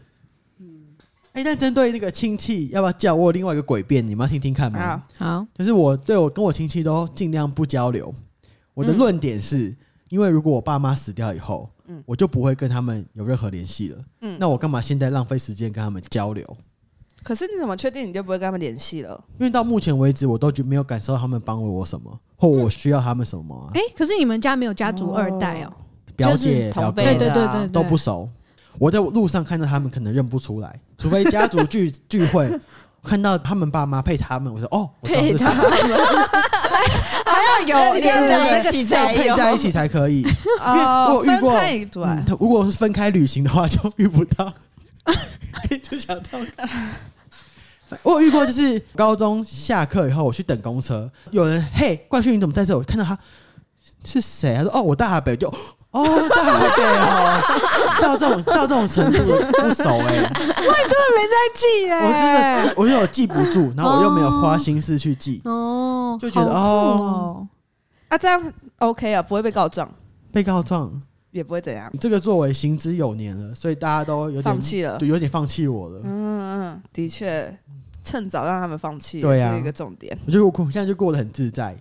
Speaker 1: 嗯
Speaker 3: 哎、那针对那个亲戚，要不要叫我有另外一个诡辩？你们要听听看吗？
Speaker 1: 啊，
Speaker 4: 好，
Speaker 3: 就是我对我跟我亲戚都尽量不交流。我的论点是、因为如果我爸妈死掉以后，
Speaker 1: 嗯
Speaker 3: 我就不会跟他们有任何联系了。
Speaker 1: 嗯
Speaker 3: 那我干嘛现在浪费时间跟他们交流？
Speaker 1: 可是你怎么确定你就不会跟他们联系了？
Speaker 3: 因为到目前为止，我都觉没有感受到他们帮了我什么，或我需要他们什么啊、
Speaker 4: 哎，可是你们家没有家族二代哦？
Speaker 3: 表
Speaker 2: 就是
Speaker 3: 姐、
Speaker 2: 同
Speaker 3: 表哥
Speaker 2: 辈
Speaker 4: 对对
Speaker 2: 的啊
Speaker 4: 对对
Speaker 3: 都不熟。我在路上看到他们，可能认不出来，除非家族聚 聚会，看到他们爸妈配他们，我说哦，我知道
Speaker 2: 配
Speaker 3: 是
Speaker 2: 他
Speaker 3: 谁
Speaker 2: 还要有
Speaker 3: 对对
Speaker 2: 两
Speaker 3: 对
Speaker 2: 个
Speaker 3: 对
Speaker 2: 起
Speaker 3: 要
Speaker 2: 才
Speaker 3: 配
Speaker 2: 有，
Speaker 3: 在一起才可以。因为我有遇过
Speaker 1: 哦分开一段
Speaker 3: 嗯，他如果是分开旅行的话，就遇不 到。 一直想到他，我有遇过，就是高中下课以后，我去等公车，有人嘿，冠勋你怎么在这？我看到他是谁？他说哦，我大北就。哦，大北 哦，到这种到这种程度不熟哎、
Speaker 4: 真的
Speaker 3: 我
Speaker 4: 没
Speaker 3: 真
Speaker 4: 在记
Speaker 3: 的我又有记不住，然后我又没有花心思去记，
Speaker 4: 哎。哦，
Speaker 3: 就觉得
Speaker 4: 好酷哦，
Speaker 1: 啊，这样 OK 啊，不会被告状，
Speaker 3: 被告状，
Speaker 1: 也不会怎样。
Speaker 3: 这个作为行之有年了，所以大家都有点
Speaker 1: 放弃了
Speaker 3: 对，有点放弃我了。
Speaker 1: 嗯嗯，的确，趁早让他们放弃，
Speaker 3: 对啊
Speaker 1: 是一个重点。
Speaker 3: 我就现在就过得很自在。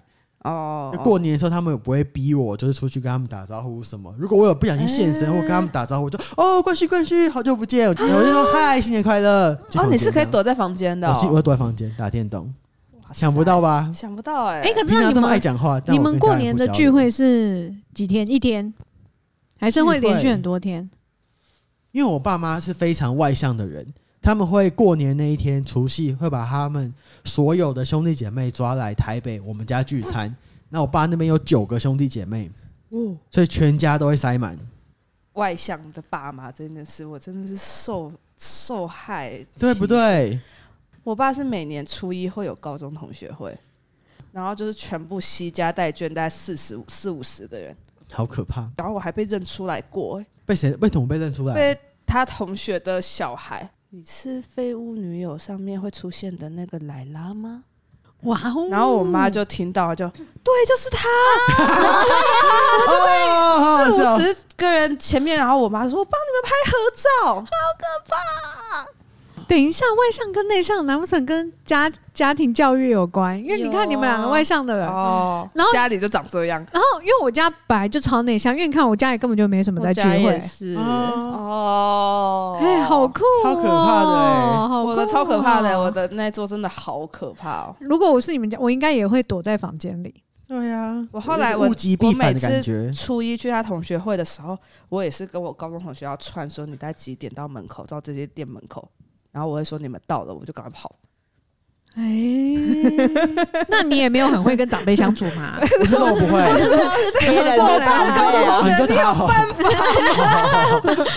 Speaker 1: 哦，
Speaker 3: 就过年的时候，他们也不会逼我，就是出去跟他们打招呼什么。如果我有不小心现
Speaker 1: 哎
Speaker 3: 身或跟他们打招呼，我就哦，冠旭冠旭，好久不见，我就说嗨，新年快乐。就
Speaker 1: 哦，
Speaker 3: 房
Speaker 1: 你
Speaker 3: 间
Speaker 1: 是可以
Speaker 3: 这样
Speaker 1: 躲在房间的
Speaker 3: 我是我
Speaker 1: 哦，
Speaker 3: 躲在房间打电动，
Speaker 1: 哇塞
Speaker 3: 想不到，吧？
Speaker 1: 想不到哎
Speaker 4: 哎，，可是
Speaker 3: 平
Speaker 4: 那
Speaker 3: 常
Speaker 4: 你
Speaker 3: 这么爱
Speaker 4: 们
Speaker 3: 讲话，但
Speaker 4: 你
Speaker 3: 我
Speaker 4: 们
Speaker 3: 跟
Speaker 4: 过
Speaker 3: 家人
Speaker 4: 年
Speaker 3: 不
Speaker 4: 的
Speaker 3: 交
Speaker 4: 聚
Speaker 3: 流，
Speaker 4: 会是几天？一天，还是会连续很多天？
Speaker 3: 因为我爸妈是非常外向的人，他们会过年那一天除夕会把他们所有的兄弟姐妹抓来台北我们家聚餐。那我爸那边有九个兄弟姐妹，
Speaker 1: 哦，
Speaker 3: 所以全家都会塞满。
Speaker 1: 外向的爸妈这件事，我真的是受受害，
Speaker 3: 对不？对？
Speaker 1: 我爸是每年初一会有高中同学会，然后就是全部惜家带眷，大概四十四五十个人，
Speaker 3: 好可怕！
Speaker 1: 然后我还被认出来过、欸
Speaker 3: 被谁被怎么被认出来？
Speaker 1: 被他同学的小孩。你是《废物女友》上面会出现的那个莱拉吗？
Speaker 4: 哇
Speaker 3: 嗯
Speaker 4: 哦！
Speaker 1: 然后我妈就听到，就对，就是他，四
Speaker 3: 哦好
Speaker 1: 五
Speaker 3: 笑
Speaker 1: 十个人前面。然后我妈说：“我帮你们拍合照。
Speaker 4: 等一下，外向跟内向难不成跟家家庭教育有关？因为你
Speaker 2: 有啊
Speaker 4: 看你们两个外向的”人，
Speaker 1: 哦，
Speaker 4: 然后
Speaker 1: 家里就长这样。
Speaker 4: 然后因为我家本来就超内向，因为你看我家里根本就没什么在
Speaker 2: 我
Speaker 4: 聚
Speaker 2: 家也
Speaker 4: 会，
Speaker 2: 是，
Speaker 3: 哦
Speaker 1: 哦，
Speaker 4: 哎，好酷、哦，
Speaker 3: 超可怕的欸
Speaker 4: 好酷哦
Speaker 1: 我的超可怕的，我的那一桌真的好可怕哦。
Speaker 4: 如果我是你们家，我应该也会躲在房间里。
Speaker 3: 对
Speaker 2: 嗯
Speaker 3: 呀，
Speaker 1: 我后来我
Speaker 3: 物极必反的感觉
Speaker 1: 我每次初一去他同学会的时候，我也是跟我高中同学要串说你大概几点到门口，到这些店门口，然后我会说你们到了，我就赶快跑。
Speaker 4: 哎， 那你也没有很会跟长辈相处 嘛？
Speaker 3: 我知道我不
Speaker 2: 就
Speaker 3: 会，
Speaker 2: 知道是别人
Speaker 4: 我
Speaker 2: 的
Speaker 4: 爸
Speaker 2: 长
Speaker 4: 是
Speaker 1: 高
Speaker 2: 辈
Speaker 1: 中
Speaker 2: 啊，
Speaker 3: 你就他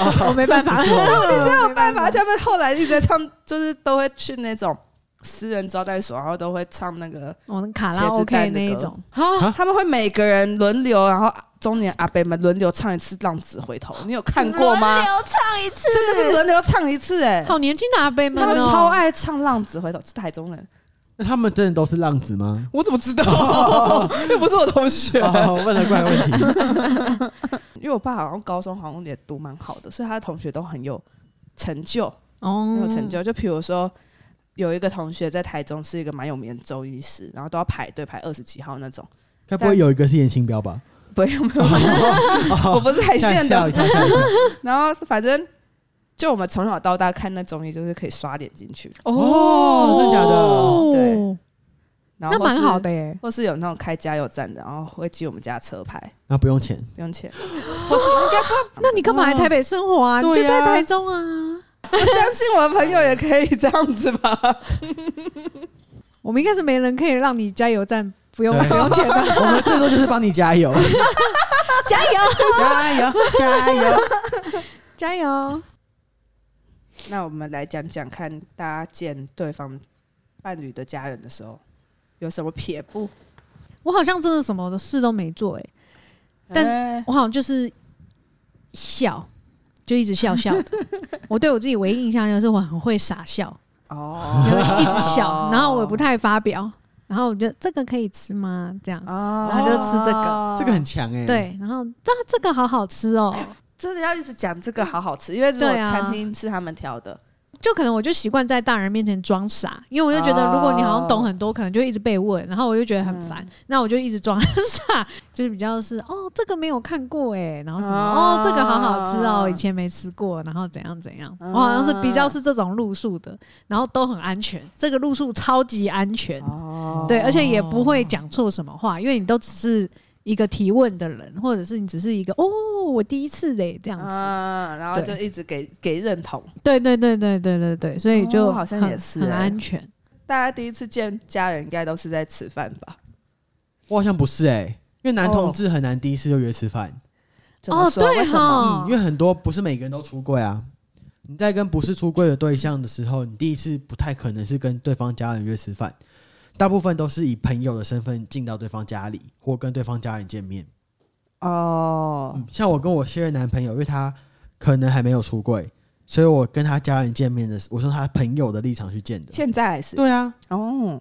Speaker 3: 哦好，
Speaker 4: 我没办法，
Speaker 1: 你 是
Speaker 4: 我
Speaker 1: 有
Speaker 4: 没
Speaker 1: 办
Speaker 4: 办
Speaker 1: 法，哎
Speaker 2: 嗯
Speaker 1: 他们后来一直在唱，就是都会去那种私人招待所，然后都会唱那个，
Speaker 4: 我们卡拉
Speaker 1: 茄子
Speaker 4: OK
Speaker 1: 蛋的
Speaker 4: 那一
Speaker 1: 歌
Speaker 4: 种，
Speaker 3: 啊
Speaker 1: 他们会每个人轮流，然后中年阿伯们轮流唱一次《浪子回头》，你有看过吗
Speaker 2: 轮？流唱一次，
Speaker 1: 真的是轮流唱一次哎、
Speaker 4: 好年轻的阿贝们
Speaker 1: 他
Speaker 4: 哦，
Speaker 1: 们超爱唱《浪子回头》，是台中人，
Speaker 3: 那他们真的都是浪子吗？
Speaker 1: 我怎么知道？ 又不是我同学。
Speaker 3: 哦问了怪问 题，
Speaker 1: 因为我爸好像高中好像也读蛮好的，所以他的同学都很有成就，
Speaker 4: 哦
Speaker 1: 很，有成就。就比如说有一个同学在台中是一个蛮有名的中医师，然后都要排队排二十几号那种。
Speaker 3: 该不会有一个是严清标吧？
Speaker 1: 不用 不
Speaker 4: 哦
Speaker 1: 用，我不是海
Speaker 3: 吓
Speaker 1: 线
Speaker 3: 吓
Speaker 1: 的。
Speaker 3: 一跳，吓一跳
Speaker 1: 然后反正就我们从小到大看那中医，就是可以刷脸进去，
Speaker 3: 哦真的假的
Speaker 1: 对，然后
Speaker 4: 那
Speaker 1: 或是
Speaker 4: 蛮好的。耶。
Speaker 1: 或是有那种开加油站的，然后会寄我们家车牌，
Speaker 3: 那不用 钱，
Speaker 1: 不用钱。我是应该不，
Speaker 4: 那你干嘛来台北生活啊？你就
Speaker 3: 对呀
Speaker 4: 在台中啊。
Speaker 1: 我相信我的朋友也可以这样子吧。
Speaker 4: 我们应该是没人可以让你加油站不用
Speaker 3: 对
Speaker 4: 不用钱 的，
Speaker 3: 我们最多就是帮你加油，
Speaker 4: 加油
Speaker 3: 加油，加油！
Speaker 4: 加油！
Speaker 1: 那我们来讲讲看，大家见对方伴侣的家人的时候，有什么撇步？
Speaker 4: 我好像真的什么的事都没做哎、但
Speaker 1: 哎
Speaker 4: 我好像就是笑，就一直 笑笑的。我对我自己唯一印象就是我很会傻笑，
Speaker 1: 哦
Speaker 4: 就会一直笑，然后我也不
Speaker 1: 太
Speaker 4: 太发表，然后我就这个可以吃吗？这样。
Speaker 1: 哦
Speaker 4: 然后就吃这个
Speaker 3: 这个很强哎，，
Speaker 4: 对，然后这这个好好吃哦，
Speaker 1: 真的要一直讲这个好好吃，因为如果
Speaker 4: 对啊
Speaker 1: 餐厅是他们调的，
Speaker 4: 就可能我就习惯在大人面前装傻，因为我就觉得如果你好像懂很多，可能就一直被问，然后我就觉得很烦，那我就一直装傻，就是比较是哦这个没有看过哎，然后什么
Speaker 1: 啊
Speaker 4: 哦这个好好吃哦，以前没吃过，然后怎样怎样，我好像是比较是这种路数的，然后都很安全，这个路数超级安全，
Speaker 1: 哦
Speaker 4: 对，而且也不会讲错什么话，因为你都只是一个提问的人，或者是你只是一个哦我第一次嘞这样子，
Speaker 1: 嗯，然后就一直给给认同。
Speaker 4: 对对对对对对对，所以就
Speaker 1: 哦好像
Speaker 4: 很
Speaker 1: 也是
Speaker 4: 很
Speaker 1: 欸
Speaker 4: 安全。
Speaker 1: 大家第一次见家人，应该都是在吃饭吧？
Speaker 4: 哦
Speaker 3: 我好像不是哎，因为男同
Speaker 1: 哦
Speaker 3: 志很难第一次就约吃饭，
Speaker 1: 怎
Speaker 3: 哦
Speaker 1: 么说
Speaker 4: 对
Speaker 1: 为什么？
Speaker 4: 哈
Speaker 3: 嗯，因为很多不是每个人都出柜啊。你在跟不是出柜的对象的时候，你第一次不太可能是跟对方家人约吃饭，大部分都是以朋友的身份进到对方家里或跟对方家人见面。
Speaker 1: 哦
Speaker 3: 嗯，像我跟我现任男朋友，因为他可能还没有出柜，所以我跟他家人见面的时，我是用他朋友的立场去见的。
Speaker 1: 现在还是
Speaker 3: 对啊，
Speaker 1: 哦，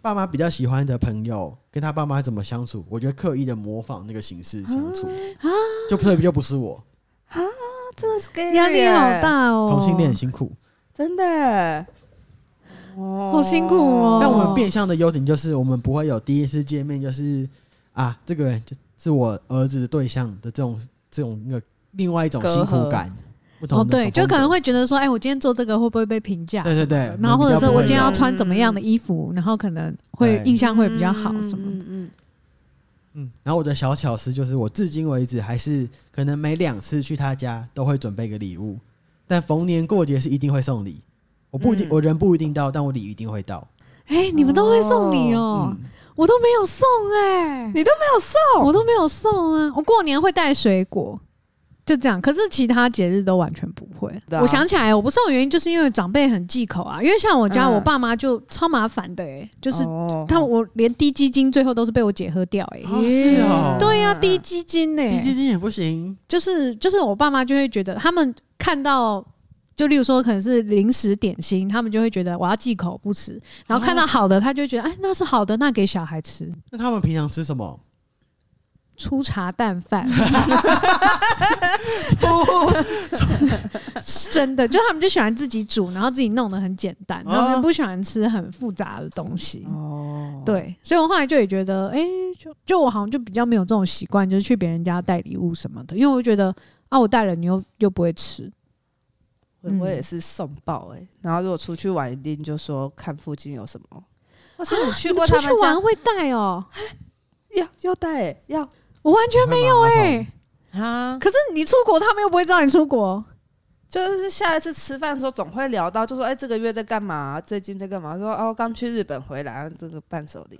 Speaker 3: 爸妈比较喜欢的朋友，跟他爸妈怎么相处，我觉得刻意的模仿那个形式相处，就特别就不是我
Speaker 1: 真的是
Speaker 4: 压力好，大哦，
Speaker 3: 同性恋很辛苦。
Speaker 1: 真的。哦
Speaker 4: 好辛苦哦。
Speaker 3: 但我们变相的优点就是，我们不会有第一次见面就是啊，这个人就是我儿子的对象的这种这种那个另外一种
Speaker 1: 隔
Speaker 3: 辛苦
Speaker 1: 阂
Speaker 3: 感，不同
Speaker 4: 哦，
Speaker 3: 的
Speaker 4: 对，就
Speaker 3: 风格
Speaker 4: 可能会觉得说，哎，我今天做这个会不会被评价？
Speaker 3: 对对对，
Speaker 4: 然后或者是
Speaker 3: 比较不
Speaker 4: 我
Speaker 3: 会嗯
Speaker 4: 今天要
Speaker 3: 有
Speaker 4: 穿怎么样的衣服，然后可能会
Speaker 3: 对
Speaker 4: 印象会比较好什么的。
Speaker 1: 嗯
Speaker 3: 嗯，然后我的小巧思就是，我至今为止还是可能每两次去他家都会准备个礼物，但逢年过节是一定会送礼。我不一
Speaker 1: 嗯
Speaker 3: 定，我人不一定到，但我礼一定会到。
Speaker 4: 哎，你们都会送礼哦，
Speaker 3: 嗯，
Speaker 4: 我都没有送哎，
Speaker 1: 你都没有送
Speaker 4: 我都没有送啊，我过年会带水果，就这样。可是其他节日都完全不会。
Speaker 1: 对啊
Speaker 4: 我想起来，我不送的原因就是因为长辈很忌口啊，因为像我家
Speaker 1: 嗯
Speaker 4: 我爸妈就超麻烦的、欸，就是
Speaker 1: 哦
Speaker 4: 他我连低基金最后都是被我姐喝掉、欸，
Speaker 3: 哦是哦，
Speaker 4: 对
Speaker 1: 嗯
Speaker 4: 呀、低基金呢、欸
Speaker 3: 滴滴滴也不行，
Speaker 4: 就是就是我爸妈就会觉得他们看到。就例如说，可能是零食点心，他们就会觉得我要忌口不吃，然后看
Speaker 1: 哦
Speaker 4: 到好的，他就会觉得哎，那是好的，那给小孩吃。
Speaker 3: 那他们平常吃什么？
Speaker 4: 粗茶淡 饭，是真的，就他们就喜欢自己煮，然后自己弄得很简单，
Speaker 3: 哦
Speaker 4: 然后他们不喜欢吃很复杂的东西。
Speaker 1: 哦，
Speaker 4: 对，所以我后来就也觉得，哎、就就我好像就比较没有这种习惯，就是去别人家带礼物什么的，因为我就觉得啊，我带了你又又不会吃，
Speaker 1: 我我也是送报哎、然后如果出去玩，一定就说看附近有什么。或是你去
Speaker 4: 你
Speaker 1: 过
Speaker 4: 们
Speaker 1: 他
Speaker 4: 出去
Speaker 1: 们家
Speaker 4: 玩？会带哦、
Speaker 1: 要要带、欸、要
Speaker 4: 我完全
Speaker 3: 没有
Speaker 4: 哎、
Speaker 1: 哦
Speaker 2: 啊，
Speaker 4: 可是你出国，他们又不会知道你出国，
Speaker 1: 就是下一次吃饭的时候总会聊到，就说哎、这个月在干嘛、最近在干嘛？说哦，刚去日本回来，啊这个伴手礼。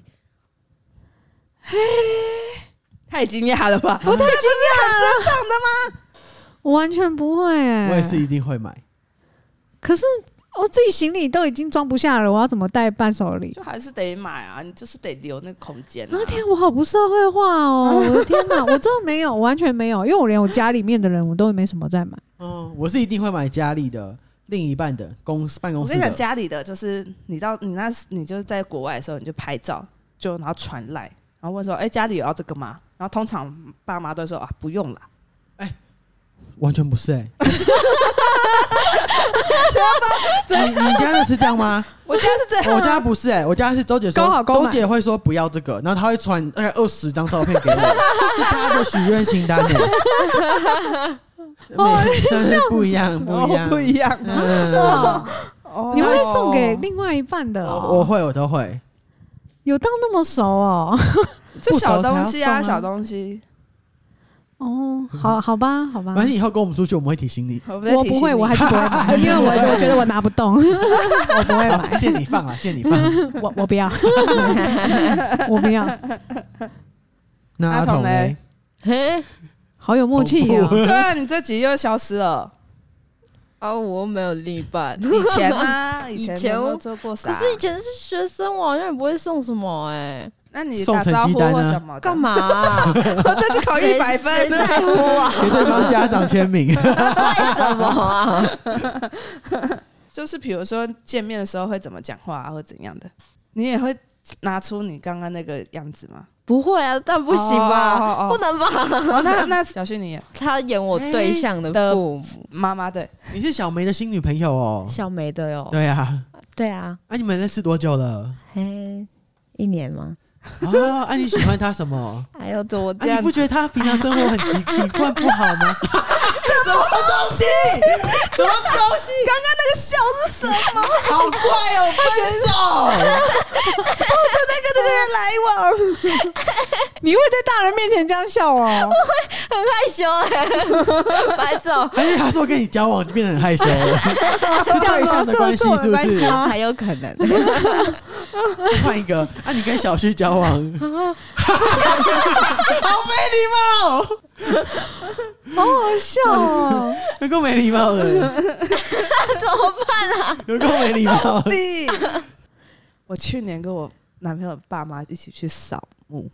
Speaker 1: 太惊讶了吧！我太惊讶了，
Speaker 4: 我完全不会哎、
Speaker 3: 我也是一定会买。
Speaker 4: 可是我自己行李都已经装不下了，我要怎么带伴手礼？
Speaker 1: 就还是得买啊，你就是得留那个空间、啊
Speaker 4: 啊。天啊，我好不社会化 哦！我的天哪，我真的没有，我完全没有，因为我连我家里面的人我都没什么在买。
Speaker 3: 嗯，我是一定会买家里的、另一半的、公司办公
Speaker 1: 我
Speaker 3: 室
Speaker 1: 跟你讲，
Speaker 3: 的。
Speaker 1: 家里的就是你到你那，你就是在国外的时候，你就拍照，就然后传来，然后问说：“哎、家里有要这个吗？”然后通常爸妈都会说：“啊，不用啦。
Speaker 3: 完全不 是哎、你你家的是这样吗？”
Speaker 1: 我家是这样啊，
Speaker 3: 我家不是哎、我家是周姐
Speaker 4: 刚好
Speaker 3: 说，
Speaker 4: 购买
Speaker 3: 周姐会说不要这个，然后她会传大概二十张照片 给我，是她的许愿清单哎、每真是不一样，不一样，
Speaker 1: 哦啊哦不一样啊。
Speaker 4: 是
Speaker 3: 嗯，
Speaker 4: 哦，
Speaker 1: 哦
Speaker 4: 你会送给另外一半的哦、
Speaker 3: 我我会，我都会。
Speaker 4: 有到那么熟 哦？
Speaker 1: 就小东西啊，
Speaker 3: 不熟才要送啊
Speaker 1: 小东西。
Speaker 4: 哦，好好吧，好吧
Speaker 3: 反，正以后跟我们出去，我们会提醒你，
Speaker 1: 我
Speaker 4: 我不会，我还
Speaker 1: 还
Speaker 4: 是不会 买，因为我我觉得我拿不动，我不会买，
Speaker 3: 见你放啊，见 你放。
Speaker 4: 我我不 要，我不要，
Speaker 3: 那
Speaker 1: 阿
Speaker 3: 阿
Speaker 1: 童
Speaker 3: 童
Speaker 1: 嘞
Speaker 3: 嘞？
Speaker 2: 嘿，
Speaker 4: 好有默契
Speaker 3: 好酷
Speaker 4: 哦。
Speaker 1: 对啊，你这集又消失了。
Speaker 2: 啊，我没有另一 半，
Speaker 1: 以前啊，以前
Speaker 2: 以前
Speaker 1: 有没有做过啥
Speaker 2: 可？是以前是学生，我好像也不会送什么哎、
Speaker 1: 那你
Speaker 3: 送
Speaker 1: 打
Speaker 3: 成
Speaker 1: 招
Speaker 3: 鸡
Speaker 1: 呼
Speaker 3: 蛋
Speaker 1: 或
Speaker 3: 啊
Speaker 1: 什么的？
Speaker 2: 干嘛 啊、
Speaker 1: 这次考一百分
Speaker 2: 谁
Speaker 1: 呢？
Speaker 2: 在乎啊？
Speaker 3: 给对方家长签名。
Speaker 2: 为什么啊？
Speaker 1: 就是比如说见面的时候会怎么讲话、啊，或怎样的，你也会拿出你刚刚那个样子吗？
Speaker 2: 不会啊，但不行吧？
Speaker 1: 哦哦哦
Speaker 2: 不能吧？
Speaker 1: 哦，那那小旭你也
Speaker 2: 他演我对象的父母，
Speaker 1: 妈妈对，
Speaker 3: 你是小梅的新女朋友哦？
Speaker 2: 小梅哎的哟。
Speaker 3: 对啊，
Speaker 2: 对啊，
Speaker 3: 啊，你们认识多久 了？
Speaker 2: 嘿，一年吗？
Speaker 3: 啊，啊，你喜欢她 什么？
Speaker 2: 哎呦，怎么
Speaker 3: 啊，
Speaker 2: 这
Speaker 3: 你
Speaker 2: 样
Speaker 3: 不？觉得她平常生活很奇奇怪不好吗？
Speaker 1: 东西什么东西？刚刚那个笑是什么？
Speaker 3: 好怪哦，分手！
Speaker 1: 那个这个人来往，
Speaker 4: 你会在大人面前这样笑 哦？
Speaker 2: 很害羞哎、 白总。
Speaker 3: 而且她说跟你交往就变得很害羞了， 是对象的关系
Speaker 4: 是我
Speaker 3: 是
Speaker 4: 的
Speaker 3: 不
Speaker 4: 关系
Speaker 3: 是？
Speaker 4: 吗
Speaker 2: 还有可 能，
Speaker 3: 换一个，啊，你跟小旭交往，好没
Speaker 4: 啊
Speaker 3: 礼貌，
Speaker 4: 好好笑哦！
Speaker 3: 有够没礼貌的，怎么办啊？有够没礼貌，
Speaker 1: 弟。 我去年跟我男朋友爸妈一起去扫墓，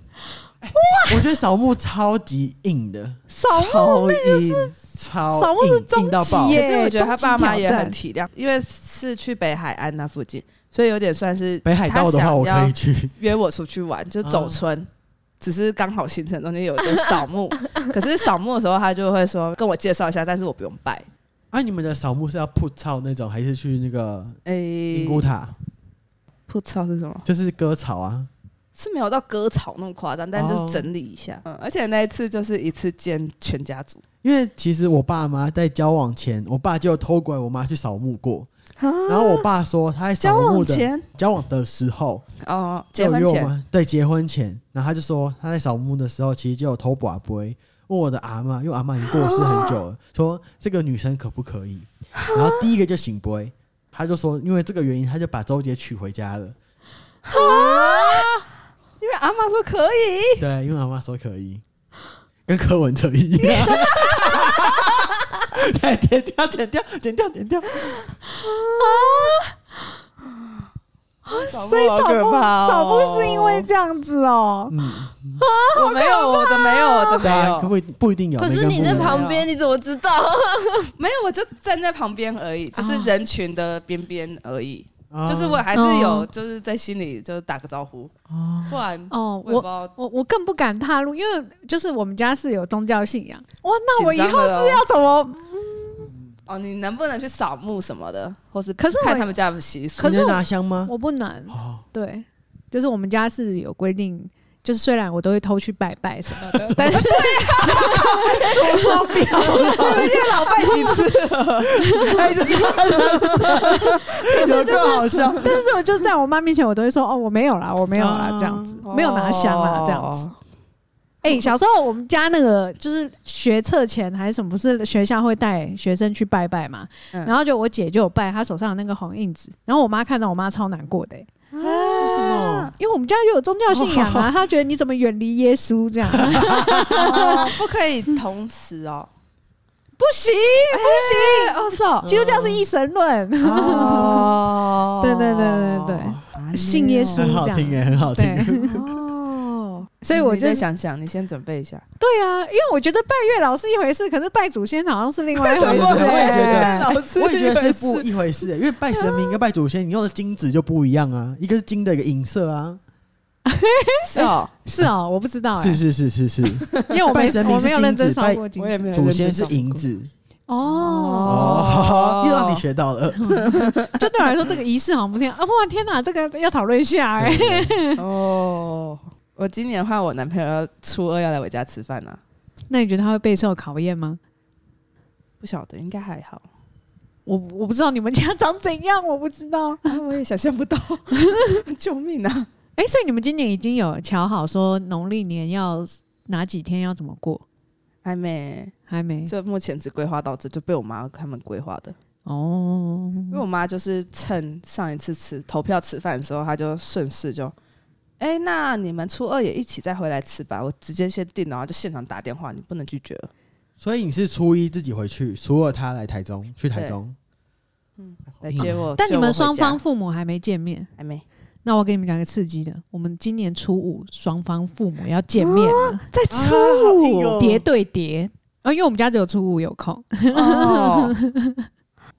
Speaker 3: 我觉得扫墓超级硬的，
Speaker 4: 扫
Speaker 3: 超
Speaker 4: 墓那个是
Speaker 3: 硬超
Speaker 4: 扫墓是
Speaker 3: 硬
Speaker 4: 终
Speaker 3: 硬到
Speaker 4: 极
Speaker 3: 爆
Speaker 4: 耶
Speaker 1: 可是我觉得他爸妈也
Speaker 4: 终极挑
Speaker 1: 很
Speaker 4: 战
Speaker 1: 体谅，因为是去北海岸那附近，所以有点算是
Speaker 3: 北海道的
Speaker 1: 他
Speaker 3: 话，
Speaker 1: 想
Speaker 3: 我
Speaker 1: 要
Speaker 3: 可以去。
Speaker 1: 约我出去玩，就
Speaker 3: 啊
Speaker 1: 走村，只是刚好行程中间有一个扫 墓，可是扫墓的时候他就会说跟我介绍一下，但是我不用拜。
Speaker 3: 啊，你们的扫墓是要铺草那种，还是去那个
Speaker 1: 诶、
Speaker 3: 灵骨塔，
Speaker 1: 不知道是什么，
Speaker 3: 就是割草啊？
Speaker 1: 是没有到割草那么夸张，但就是整理一下。
Speaker 3: 哦
Speaker 1: 嗯，而且那一次就是一次见全家族，
Speaker 3: 因为其实我爸妈在交往前，我爸就有偷拐我妈去扫墓过。然后我爸说他在
Speaker 1: 啊交
Speaker 3: 扫墓
Speaker 1: 往
Speaker 3: 的
Speaker 1: 前
Speaker 3: 交往的时候，
Speaker 1: 哦，
Speaker 3: 就
Speaker 1: 结婚
Speaker 3: 有约我
Speaker 1: 前
Speaker 3: 们对结婚前，然后他就说他在扫墓的时候，其实就有偷把杯问我的阿嬷，因为阿嬷已经过世很久
Speaker 1: 啊
Speaker 3: 了，说这个女生可不可以？然后第一个就醒杯，他就说因为这个原因，他就把周杰娶回家了。
Speaker 1: 因为阿妈说 可以，
Speaker 3: 对，因为阿妈说可以，跟柯文哲一样。对，剪掉，剪掉，剪掉，剪掉，
Speaker 1: 所
Speaker 5: 所以
Speaker 1: 好
Speaker 5: 手
Speaker 1: 可
Speaker 5: 部
Speaker 1: 怕、哦，
Speaker 5: 手部是因为这样子哦，
Speaker 3: 嗯，
Speaker 1: 我没有我的没有我的没
Speaker 3: 对哦啊，可
Speaker 1: 有
Speaker 3: 不不一定有。
Speaker 2: 可
Speaker 3: 每个
Speaker 2: 是
Speaker 3: 人
Speaker 2: 你
Speaker 3: 不一
Speaker 2: 在
Speaker 3: 样
Speaker 2: 旁边，你怎么知道？
Speaker 1: 没有，我就站在旁边而已，就是人群的边边而已。
Speaker 3: 啊
Speaker 1: 就是我还是有
Speaker 4: 哦
Speaker 1: 就是在心里就是打个招呼，
Speaker 3: 哦
Speaker 1: 不然
Speaker 4: 哦，
Speaker 1: 我也不知
Speaker 4: 我
Speaker 1: 道。
Speaker 4: 我我更不敢踏入，因为就是我们家是有宗教信仰，哇，那我以
Speaker 1: 紧张
Speaker 4: 后
Speaker 1: 的哦
Speaker 4: 是要怎么？
Speaker 1: 哦，你能不能去扫墓什么的，或是
Speaker 4: 可是我
Speaker 1: 看他们家的习俗？
Speaker 4: 可
Speaker 3: 你
Speaker 4: 是
Speaker 3: 能
Speaker 4: 我
Speaker 3: 拿香吗？
Speaker 4: 我不能，
Speaker 3: 哦，
Speaker 4: 对，就是我们家是有规定，就是虽然我都会偷去拜拜什 么的，
Speaker 1: 啊
Speaker 4: 但是
Speaker 3: 我受不 了了，
Speaker 1: 老拜几次？ 哎
Speaker 3: 太可怕了，有更好笑。
Speaker 4: 但是我就在我妈面前，我都会说哦，我没有啦，我没有
Speaker 1: 啊
Speaker 4: 啦，这样子，
Speaker 3: 啊
Speaker 4: 没有拿香啦，这样子。 哎、小时候我们家那个就是学测前还是什么，不是学校会带学生去拜拜嘛？
Speaker 1: 嗯
Speaker 4: 然后就我姐就有拜，她手上有那个红印子，然后我妈看到，我妈超难过的、欸
Speaker 3: 为什么？
Speaker 4: 因为我们家就有宗教信仰啊，她觉得你怎么远离耶稣这样？
Speaker 1: 哦，不可以同时哦，
Speaker 4: 不行，
Speaker 1: 不行哦，是哦，
Speaker 4: 基督教是一神论，
Speaker 1: 哦
Speaker 4: 对对对对对，
Speaker 1: 对
Speaker 4: 信耶稣
Speaker 3: 嗯很好
Speaker 4: 这样，
Speaker 3: 听耶，很好听。
Speaker 4: 对，
Speaker 1: 哦，
Speaker 4: 所以我
Speaker 1: 你
Speaker 4: 就
Speaker 1: 再想想，你先准备一下。
Speaker 4: 对啊，因为我觉得拜月老是一回事，可是拜祖先好像是另外一回
Speaker 3: 为
Speaker 4: 事、
Speaker 3: 什么我也觉得
Speaker 4: 欸
Speaker 1: 老师
Speaker 3: 我也觉得是不一回事欸，因为拜神明跟拜祖先，你用的金子就不一样啊，一个是金的，一个银色啊。
Speaker 1: 是哦，
Speaker 4: 是哦，我不知道、欸，
Speaker 3: 是是是是是，
Speaker 4: 因为我没
Speaker 3: 拜神明
Speaker 4: 我
Speaker 3: 是
Speaker 4: 没有
Speaker 3: 金
Speaker 4: 认真
Speaker 3: 子
Speaker 4: 烧
Speaker 3: 拜
Speaker 4: 过金
Speaker 1: 我也
Speaker 4: 子
Speaker 1: 没有
Speaker 3: 祖
Speaker 1: 认
Speaker 3: 先
Speaker 1: 真
Speaker 3: 是
Speaker 1: 上
Speaker 3: 银
Speaker 1: 过
Speaker 3: 子
Speaker 4: 哦。
Speaker 3: 哦， 又让你 学到了。
Speaker 4: 就对我来说，这个仪式好像不太……啊，哇，天哪，这个要讨论一下哎、
Speaker 1: 哦，我今年换我男朋友要初二要来我家吃饭呢，
Speaker 4: 那你觉得他会备受考验吗？
Speaker 1: 不晓得，应该还好。
Speaker 4: 我我不知道你们家长怎样，我不知道。
Speaker 1: 啊，我也想象不到，救命啊！
Speaker 4: 哎、所以你们今年已经有瞧好说农历年要哪几天要怎么过？
Speaker 1: 还没，
Speaker 4: 还没
Speaker 1: 就目前只规划到这，就被我妈他们规划的。
Speaker 4: 哦，
Speaker 1: 因为我妈就是趁上一次吃投票吃饭的时候，她就顺势就，哎、那你们初二也一起再回来吃吧。我直接先订了，然后就现场打电话，你不能拒绝了。
Speaker 3: 所以你是初一自己回去，初二他来台中，去台中。
Speaker 1: 来接我，
Speaker 4: 但
Speaker 1: 接
Speaker 4: 你
Speaker 1: 我
Speaker 4: 们
Speaker 1: 回
Speaker 4: 双
Speaker 1: 家
Speaker 4: 方父母还没见面，
Speaker 1: 还没
Speaker 4: 那我给你们讲个刺激的，我们今年初五双方父母要见面了，
Speaker 1: 在
Speaker 3: 啊好 硬哦
Speaker 4: 叠对叠。啊，因为我们家只有初五有空，
Speaker 1: 哦，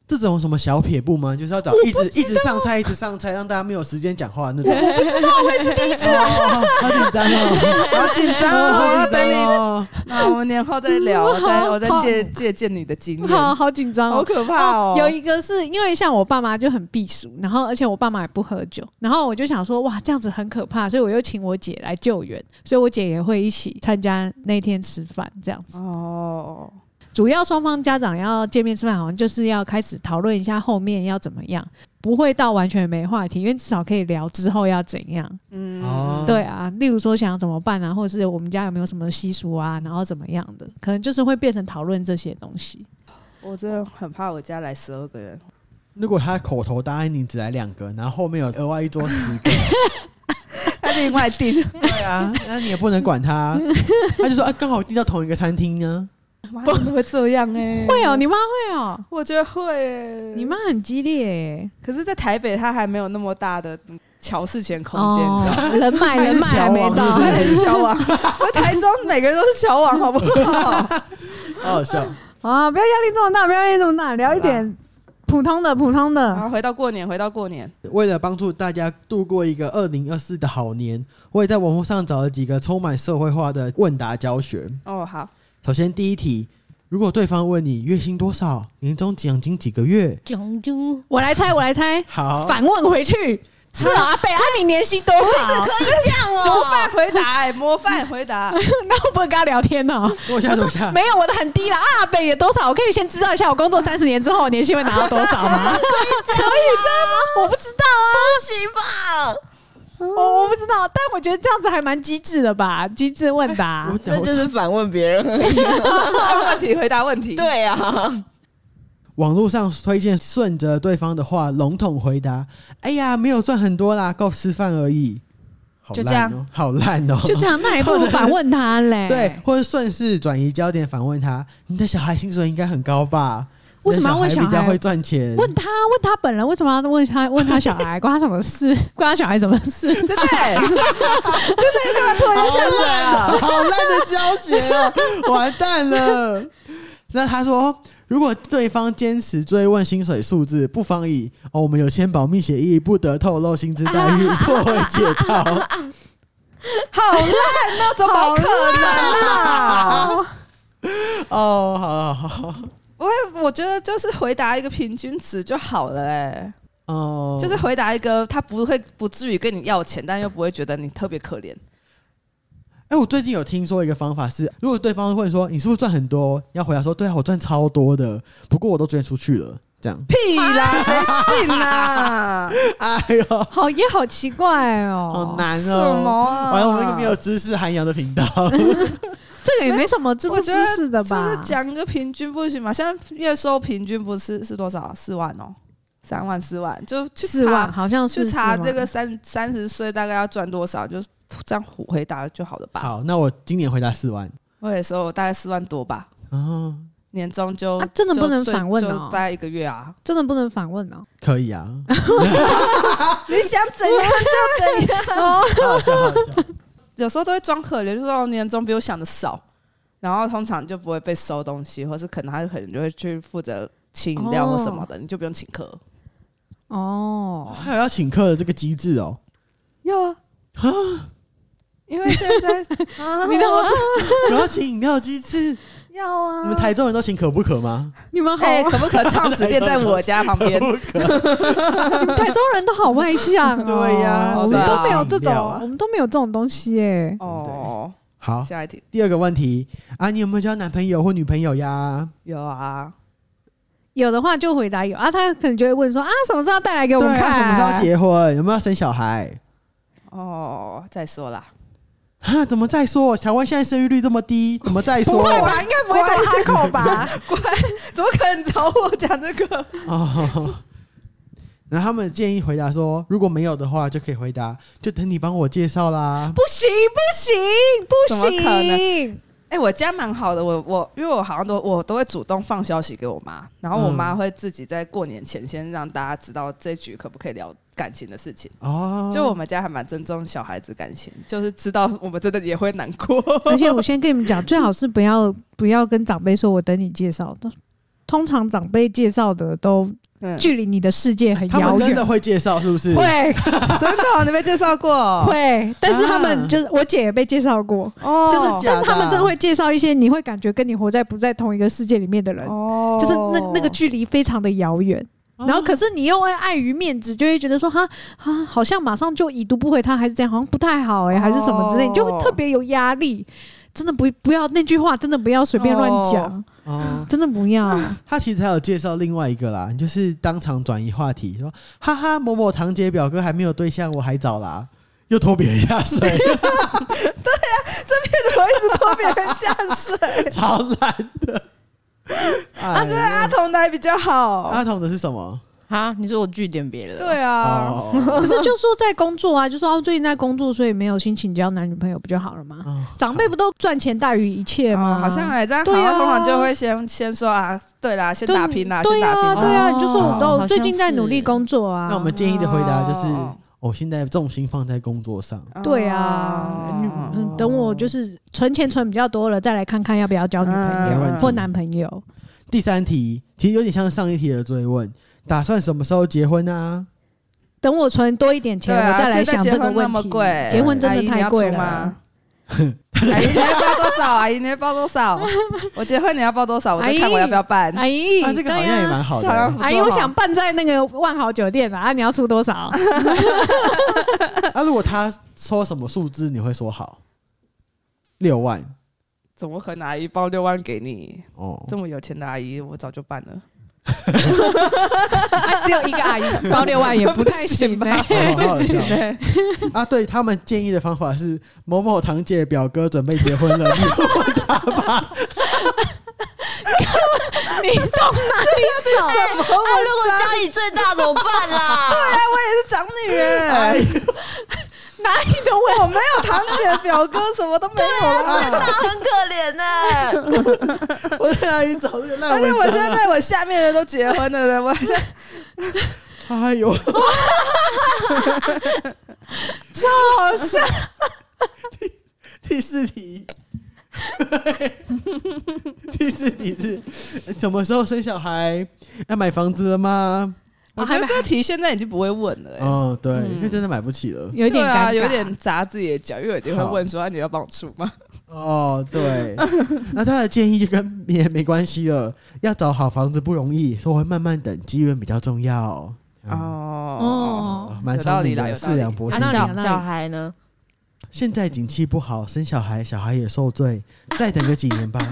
Speaker 3: 这种什么小撇步吗？就是要找一直一直上菜，一直上菜，让大家没有时间讲话那种。我不知道，我也是第一次。好紧张哦，
Speaker 1: 好紧张
Speaker 3: 哦
Speaker 1: 哦，
Speaker 3: 好
Speaker 1: 好
Speaker 3: 紧
Speaker 1: 紧张
Speaker 3: 张
Speaker 1: 哦。
Speaker 3: 哦。
Speaker 1: 那我们年后再 聊，我再我再
Speaker 4: 好
Speaker 1: 借借鉴你的经验，
Speaker 4: 好好紧张哦
Speaker 1: 好。可怕哦。
Speaker 4: 有一个是因为像我爸妈就很避暑，然后而且我爸妈也不喝酒，然后我就想说哇这样子很可怕，所以我又请我姐来救援，所以我姐也会一起参加那天吃饭这样子。
Speaker 1: 哦，
Speaker 4: 主要双方家长要见面吃饭，好像就是要开始讨论一下后面要怎么样，不会到完全没话题，因为至少可以聊之后要怎样。
Speaker 1: 嗯，
Speaker 3: 哦
Speaker 4: 对啊，例如说想要怎么办啊，或者是我们家有没有什么习俗啊，然后怎么样的，可能就是会变成讨论这些东西。
Speaker 1: 我真的很怕我家来十二个人，
Speaker 3: 如果他口头答应你只来两个，然后后面有额外一桌十 个，
Speaker 1: 他另外订，
Speaker 3: 对啊，那你也不能管 他。他就说啊，刚好订到同一个餐厅啊呢。
Speaker 1: 妈怎么会这样哎？
Speaker 4: 会哦，你妈会哦，
Speaker 1: 我觉得会欸，
Speaker 4: 你妈很激烈、欸。
Speaker 1: 可是，在台北，它还没有那么大的嗯瞧事前空间，你知道吗？
Speaker 4: 哦、 人脉
Speaker 3: 还是
Speaker 4: 人脉还
Speaker 3: 乔
Speaker 4: 没
Speaker 3: 王
Speaker 4: 到
Speaker 3: 是不，
Speaker 1: 还是乔王， 我台中每个人都是乔王，好不 好？
Speaker 3: 好好笑。
Speaker 4: 啊！不要压力这么大，不要压力这么大，聊一点普通的普
Speaker 1: 然
Speaker 4: 通的。
Speaker 1: 后回到过年，回到过年，
Speaker 3: 为了帮助大家度过一个二零二四的好年，我也在网络上找了几个充满社会化的问答教学。
Speaker 1: 哦，好，
Speaker 3: 首先第一题，如果对方问你月薪多少，年终奖金几个月，
Speaker 2: 讲究
Speaker 4: 我来猜，我来猜，
Speaker 3: 好，
Speaker 4: 反问回去。是啊，阿贝，啊，你年薪多少？
Speaker 2: 可以这样
Speaker 1: 模
Speaker 2: 哦，
Speaker 1: 范回答，哎，模范回答，
Speaker 4: 那会不会跟他聊天呢、
Speaker 3: 落下落下，
Speaker 4: 没有，我的很低了。啊，阿贝也多少？我可以先知道一下，我工作三十年之后，我年薪会拿到多少吗？
Speaker 3: 啊
Speaker 2: 可以这
Speaker 4: 我不知道啊，
Speaker 2: 样，不行吧？
Speaker 4: 我我不知道，但我觉得这样子还蛮机智的吧，机智问答
Speaker 3: 我。
Speaker 2: 那
Speaker 3: 等
Speaker 2: 就
Speaker 3: 我
Speaker 2: 是反问别人而 已。
Speaker 1: 问题回答问题，，
Speaker 2: 对啊，
Speaker 3: 网络上推荐顺着对方的话笼统回答，哎呀，没有赚很多啦，够吃饭而已。好
Speaker 1: 就这
Speaker 3: 烂
Speaker 1: 样
Speaker 3: 哦，好烂哦，
Speaker 4: 就这样，那还不如反问他嘞。
Speaker 3: 对，，或者顺势转移焦点，反问他：“你的小孩薪水应该很高吧？
Speaker 4: 为什么要问
Speaker 3: 你的
Speaker 4: 小
Speaker 3: 孩
Speaker 4: 孩
Speaker 3: 比较会赚钱？”
Speaker 4: 问他问他本人为什么要问他问他小孩关他什么事？ 关他小孩什么事？
Speaker 1: 真的 欸，真的你干嘛拖人家
Speaker 3: 好
Speaker 1: 下水
Speaker 3: 烂
Speaker 1: 啊？
Speaker 3: 啊，好烂的教 学啊，完蛋了。那他说，如果对方坚持追问薪水数字，不妨以“哦，我们有签保密协议，不得透露薪资待遇”作为 解套。
Speaker 1: 好烂哦，怎么可能啊？
Speaker 3: 哦，好好好，
Speaker 1: 我我觉得就是回答一个平均值就好了、欸，
Speaker 3: 哦，
Speaker 1: 就是回答一个他不会不至于跟你要钱，但又不会觉得你特别可怜。
Speaker 3: 哎、我最近有听说一个方法是，如果对方问说你是不是赚很多，要回答说对啊，我赚超多的，不过我都捐出去了，这样。
Speaker 1: 屁啦， 谁信啊？
Speaker 3: 哎呦，
Speaker 4: 好也好奇怪哦
Speaker 3: 好，难
Speaker 1: 什么
Speaker 3: 哦。
Speaker 1: 啊？
Speaker 3: 完了，我们一个没有知识涵养 的频道。
Speaker 4: 这个也没什么知不
Speaker 1: 我
Speaker 4: 知
Speaker 1: 觉得
Speaker 4: 识的
Speaker 1: 就是
Speaker 4: 吧？
Speaker 1: 讲一个平均不行嘛？现在月收平均不是是多少啊？四万哦，三万四万，就去
Speaker 4: 四
Speaker 1: 查
Speaker 4: 万好像是
Speaker 1: 去查
Speaker 4: 4万
Speaker 1: 这个三三十岁大概要赚多少，就这样回答就好了吧？
Speaker 3: 好，那我今年回答四万。
Speaker 1: 我也说我大概四万多吧，
Speaker 3: 哦，
Speaker 1: 年终就、
Speaker 4: 啊真的不能
Speaker 1: 就最
Speaker 4: 反问哦
Speaker 1: 就大概一个月啊。
Speaker 4: 真的不能反问哦。
Speaker 3: 可以啊，
Speaker 1: 你想怎样就怎样，
Speaker 3: 好好笑，好好笑。
Speaker 1: 有时候都会装可怜，就说哦年终比我想的少，然后通常就不会被收东西，或是可能他可能就会去负责请饮料或什么的，你就不用请客。
Speaker 4: 哦，
Speaker 3: 还有要请客的这个机制哦。
Speaker 1: 要啊，因为现在
Speaker 4: 哦你看我，
Speaker 3: 我要请饮料机制，
Speaker 1: 要啊
Speaker 3: 你们台中人都请可不可吗？
Speaker 4: 你们好，
Speaker 1: 哎、可不可创始店在我家旁 边？
Speaker 4: 台中人都好外向哦。
Speaker 3: 对呀
Speaker 4: 我们
Speaker 1: 谁
Speaker 4: 都
Speaker 1: 要
Speaker 4: 没有这
Speaker 3: 请饮料
Speaker 4: 种
Speaker 3: 啊，
Speaker 4: 我们都没有这种东西耶。
Speaker 1: 哦，
Speaker 3: 好，
Speaker 1: 下一题
Speaker 3: 第二个问题啊，你有没有交男朋友或女朋友呀？
Speaker 1: 有啊，
Speaker 4: 有的话就回答有啊，他可能就会问说啊，什么时候要带来给我
Speaker 3: 对
Speaker 4: 们看？
Speaker 3: 啊，什么时候要结婚？有没有要生小孩？
Speaker 1: 哦，再说啦，
Speaker 3: 哈，怎么再说？台湾现在生育率这么低，怎么再说？
Speaker 5: 吧？应该不会这么哈口 吧？
Speaker 1: 怎么可能找我讲这个？
Speaker 3: 哦。然后他们建议回答说，如果没有的话，就可以回答，就等你帮我介绍啦。
Speaker 4: 不行不行不行，
Speaker 1: 怎么可能哎、我家蛮好的，我我因为我好像都我都会主动放消息给我妈，然后我
Speaker 3: 嗯
Speaker 1: 妈会自己在过年前先让大家知道这局可不可以聊感情的事情。
Speaker 3: 哦，
Speaker 1: 就我们家还蛮尊重小孩子感情，就是知道我们真的也会难过。
Speaker 4: 而且我先跟你们讲，最好是不要不要跟长辈说我等你介绍的。通常长辈介绍的都
Speaker 1: 嗯，
Speaker 4: 距离你的世界很
Speaker 3: 他
Speaker 4: 遥
Speaker 3: 们真的
Speaker 4: 远，
Speaker 3: 会介绍，是不是？
Speaker 4: 会
Speaker 1: 真的哦、你没介绍过哦？
Speaker 4: 会，但是他们
Speaker 3: 啊
Speaker 4: 就是我姐也被介绍过，
Speaker 1: 哦，
Speaker 4: 就是
Speaker 3: 假的啊
Speaker 4: 但他们真的会介绍一些你会感觉跟你活在不在同一个世界里面的人，
Speaker 1: 哦
Speaker 4: 就是那 那个距离非常的遥远。
Speaker 3: 哦
Speaker 4: 然后，可是你又会碍于面子，就会觉得说哈啊，好像马上就已读不回他，还是这样，好像不太好哎、
Speaker 1: 哦
Speaker 4: 还是什么之类，你就会特别有压力。真的不不要那句话，真的不要随便乱讲，
Speaker 1: 哦
Speaker 3: 哦，
Speaker 4: 真的不 要。
Speaker 3: 他其实还有介绍另外一个啦，就是当场转移话题，说哈哈，某某堂姐表哥还没有对象，我还早啦，又拖别人下水，
Speaker 1: 怎么一直拖别人下水？
Speaker 3: 超烂的。啊，对
Speaker 1: 阿童奶比较 好。
Speaker 3: 阿童的是什么？
Speaker 2: 啊，你说我据点别人，
Speaker 1: 对啊，
Speaker 3: 哦，
Speaker 4: 可是就说在工作啊，就说、啊、最近在工作，所以没有心情交男女朋友，不就好了吗？
Speaker 3: 哦
Speaker 4: 长辈不都赚钱大于一切吗？
Speaker 1: 嗯哦好像哎，这样好
Speaker 4: 对啊
Speaker 1: 像通常就会先先说啊，对啦，先
Speaker 4: 对
Speaker 1: 打拼啦，
Speaker 4: 对
Speaker 1: 先打
Speaker 4: 啊，
Speaker 1: 拼
Speaker 4: 对
Speaker 1: 啦。
Speaker 4: 啊，
Speaker 2: 哦
Speaker 4: 你就说我
Speaker 3: 好
Speaker 4: 都
Speaker 2: 像
Speaker 4: 最近在努力
Speaker 2: 是
Speaker 4: 工作啊。
Speaker 3: 那我们建议的回答就是
Speaker 1: 哦，
Speaker 3: 我现在重心放在工作上。
Speaker 4: 对
Speaker 1: 哦
Speaker 4: 啊，嗯嗯，等我就是存钱存比较多了，再来看看要不要交女
Speaker 1: 嗯
Speaker 4: 朋
Speaker 3: 没问
Speaker 4: 友
Speaker 3: 题
Speaker 4: 或男朋友。
Speaker 3: 第三题其实有点像上一题的追问，打算什么时候结婚啊？
Speaker 4: 等我存多一点钱，
Speaker 1: 对啊
Speaker 4: 我再来想
Speaker 1: 现在
Speaker 4: 这个
Speaker 1: 结婚那
Speaker 4: 问
Speaker 1: 么
Speaker 4: 题
Speaker 1: 贵。
Speaker 4: 结婚真的太贵
Speaker 1: 阿姨
Speaker 4: 了。
Speaker 1: 你要出吗阿姨，你要报多少？阿姨，你要报多少？我结婚你要报多少？我再看我要不要办。
Speaker 4: 阿姨，
Speaker 3: 啊，这个好像也
Speaker 4: 哎对啊
Speaker 3: 蛮好的
Speaker 1: 这好像不错
Speaker 4: 阿姨，我
Speaker 1: 哦
Speaker 4: 想办在那个万豪酒店啊，啊，你要出多少？
Speaker 3: 啊。如果他说什么数字，你会说好六万
Speaker 1: 怎么可能阿姨报六万给你？
Speaker 3: 哦？
Speaker 1: 这么有钱的阿姨，我早就办 了。
Speaker 4: 啊，只有一个阿姨包六万也不太 行
Speaker 1: 不行
Speaker 4: 欸
Speaker 1: 吧
Speaker 3: 哦好好笑啊！对他们建议的方法是，某某堂姐表哥准备结婚了，你 问他吧。
Speaker 4: 你中哪里
Speaker 1: 什么？我
Speaker 2: 啊，
Speaker 1: 哎
Speaker 2: 如果家里最大怎么办啦？
Speaker 1: 我也是长女人。
Speaker 3: 哎，
Speaker 4: 中？哪里的问
Speaker 1: 我没有堂姐、表哥，什么都没有啊啦。
Speaker 2: 啊很可怜呢、
Speaker 3: 我在哪里找这个烂
Speaker 1: 而且我
Speaker 3: 文
Speaker 1: 现
Speaker 3: 章啊？
Speaker 1: 在我下面的都结婚了的， 我现在
Speaker 3: 哎呦，
Speaker 4: 超好笑，
Speaker 3: 第四题， 第四题是什么时候生小孩？要买房子了吗？
Speaker 4: 哦
Speaker 1: 我觉得这题现在已经不会问了、欸。
Speaker 3: 哦，对，
Speaker 1: 嗯
Speaker 3: 因为真的买不起了。
Speaker 4: 有点
Speaker 1: 对
Speaker 4: 尴尬，
Speaker 1: 啊，有点砸自己的脚，因为我就会问说：“啊你要帮我出吗
Speaker 3: 哦，对， 那他的建议就跟也没关系了。要找好房子不容易，所以我会慢慢等，机缘比较重要。？”哦，
Speaker 1: 哦，
Speaker 4: 嗯哦，
Speaker 3: 蛮
Speaker 1: 有道
Speaker 3: 聪
Speaker 1: 理
Speaker 3: 明
Speaker 1: 啦
Speaker 3: 的，
Speaker 1: 有道
Speaker 3: 四
Speaker 1: 理
Speaker 3: 两拨
Speaker 4: 啊
Speaker 3: 千
Speaker 4: 那
Speaker 3: 斤。
Speaker 4: 你
Speaker 2: 小孩呢？
Speaker 3: 现在景气不好，生小孩，小孩也受罪，再等个几年吧。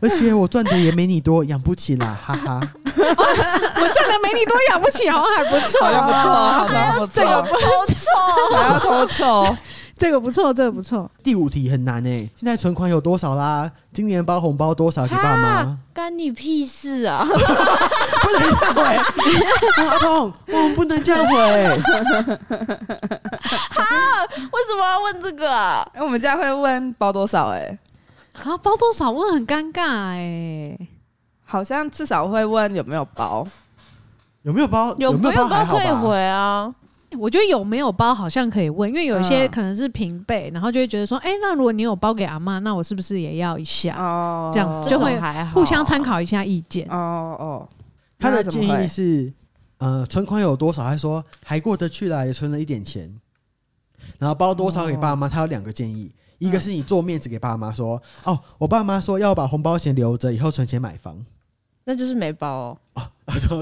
Speaker 3: 而且我赚的也没你多，养不起啦，哈哈。
Speaker 4: 我赚的没你多，养不起，好像还不 错，
Speaker 1: 好像不错，啊好像不
Speaker 4: 这个
Speaker 1: 错，
Speaker 4: 不，
Speaker 2: 好丑，
Speaker 1: 还要偷臭，
Speaker 4: 这个不错，这个不错，
Speaker 3: 第五题很难诶、欸现在存款有多少啦？今年包红包多少给爸 妈？
Speaker 2: 干你屁事啊！
Speaker 3: 不能这样回，阿童，我们不能这样回。
Speaker 2: 为什么要问这个啊？
Speaker 1: 哎我们家会问包多少、哎，
Speaker 4: 啊，包多少问很尴尬哎、
Speaker 1: 好像至少会问有没有包。
Speaker 3: 有没有包？有没
Speaker 2: 没
Speaker 3: 包
Speaker 2: 有
Speaker 3: 还
Speaker 2: 包
Speaker 3: 好
Speaker 2: 可以
Speaker 3: 吧？
Speaker 2: 回啊？
Speaker 4: 我觉得有没有包好像可以问，因为有一些
Speaker 1: 嗯
Speaker 4: 可能是平辈，然后就会觉得说，哎、那如果你有包给阿妈，那我是不是也要一下？
Speaker 1: 哦
Speaker 4: 这样子
Speaker 2: 这
Speaker 4: 就
Speaker 2: 种
Speaker 4: 会
Speaker 2: 还好，
Speaker 4: 互相参。考一下意见。
Speaker 1: 哦哦，
Speaker 3: 他的
Speaker 1: 那怎么
Speaker 3: 建
Speaker 1: 会
Speaker 3: 议是，呃，存款有多少？他说还过得去啦，也存了一点钱。然后包多少给
Speaker 1: 哦
Speaker 3: 爸妈？他有两个建议，
Speaker 1: 嗯
Speaker 3: 一个是你做面子给爸妈说，哦，我爸妈说要把红包钱留着，以后存钱买房，
Speaker 2: 那就是没包哦。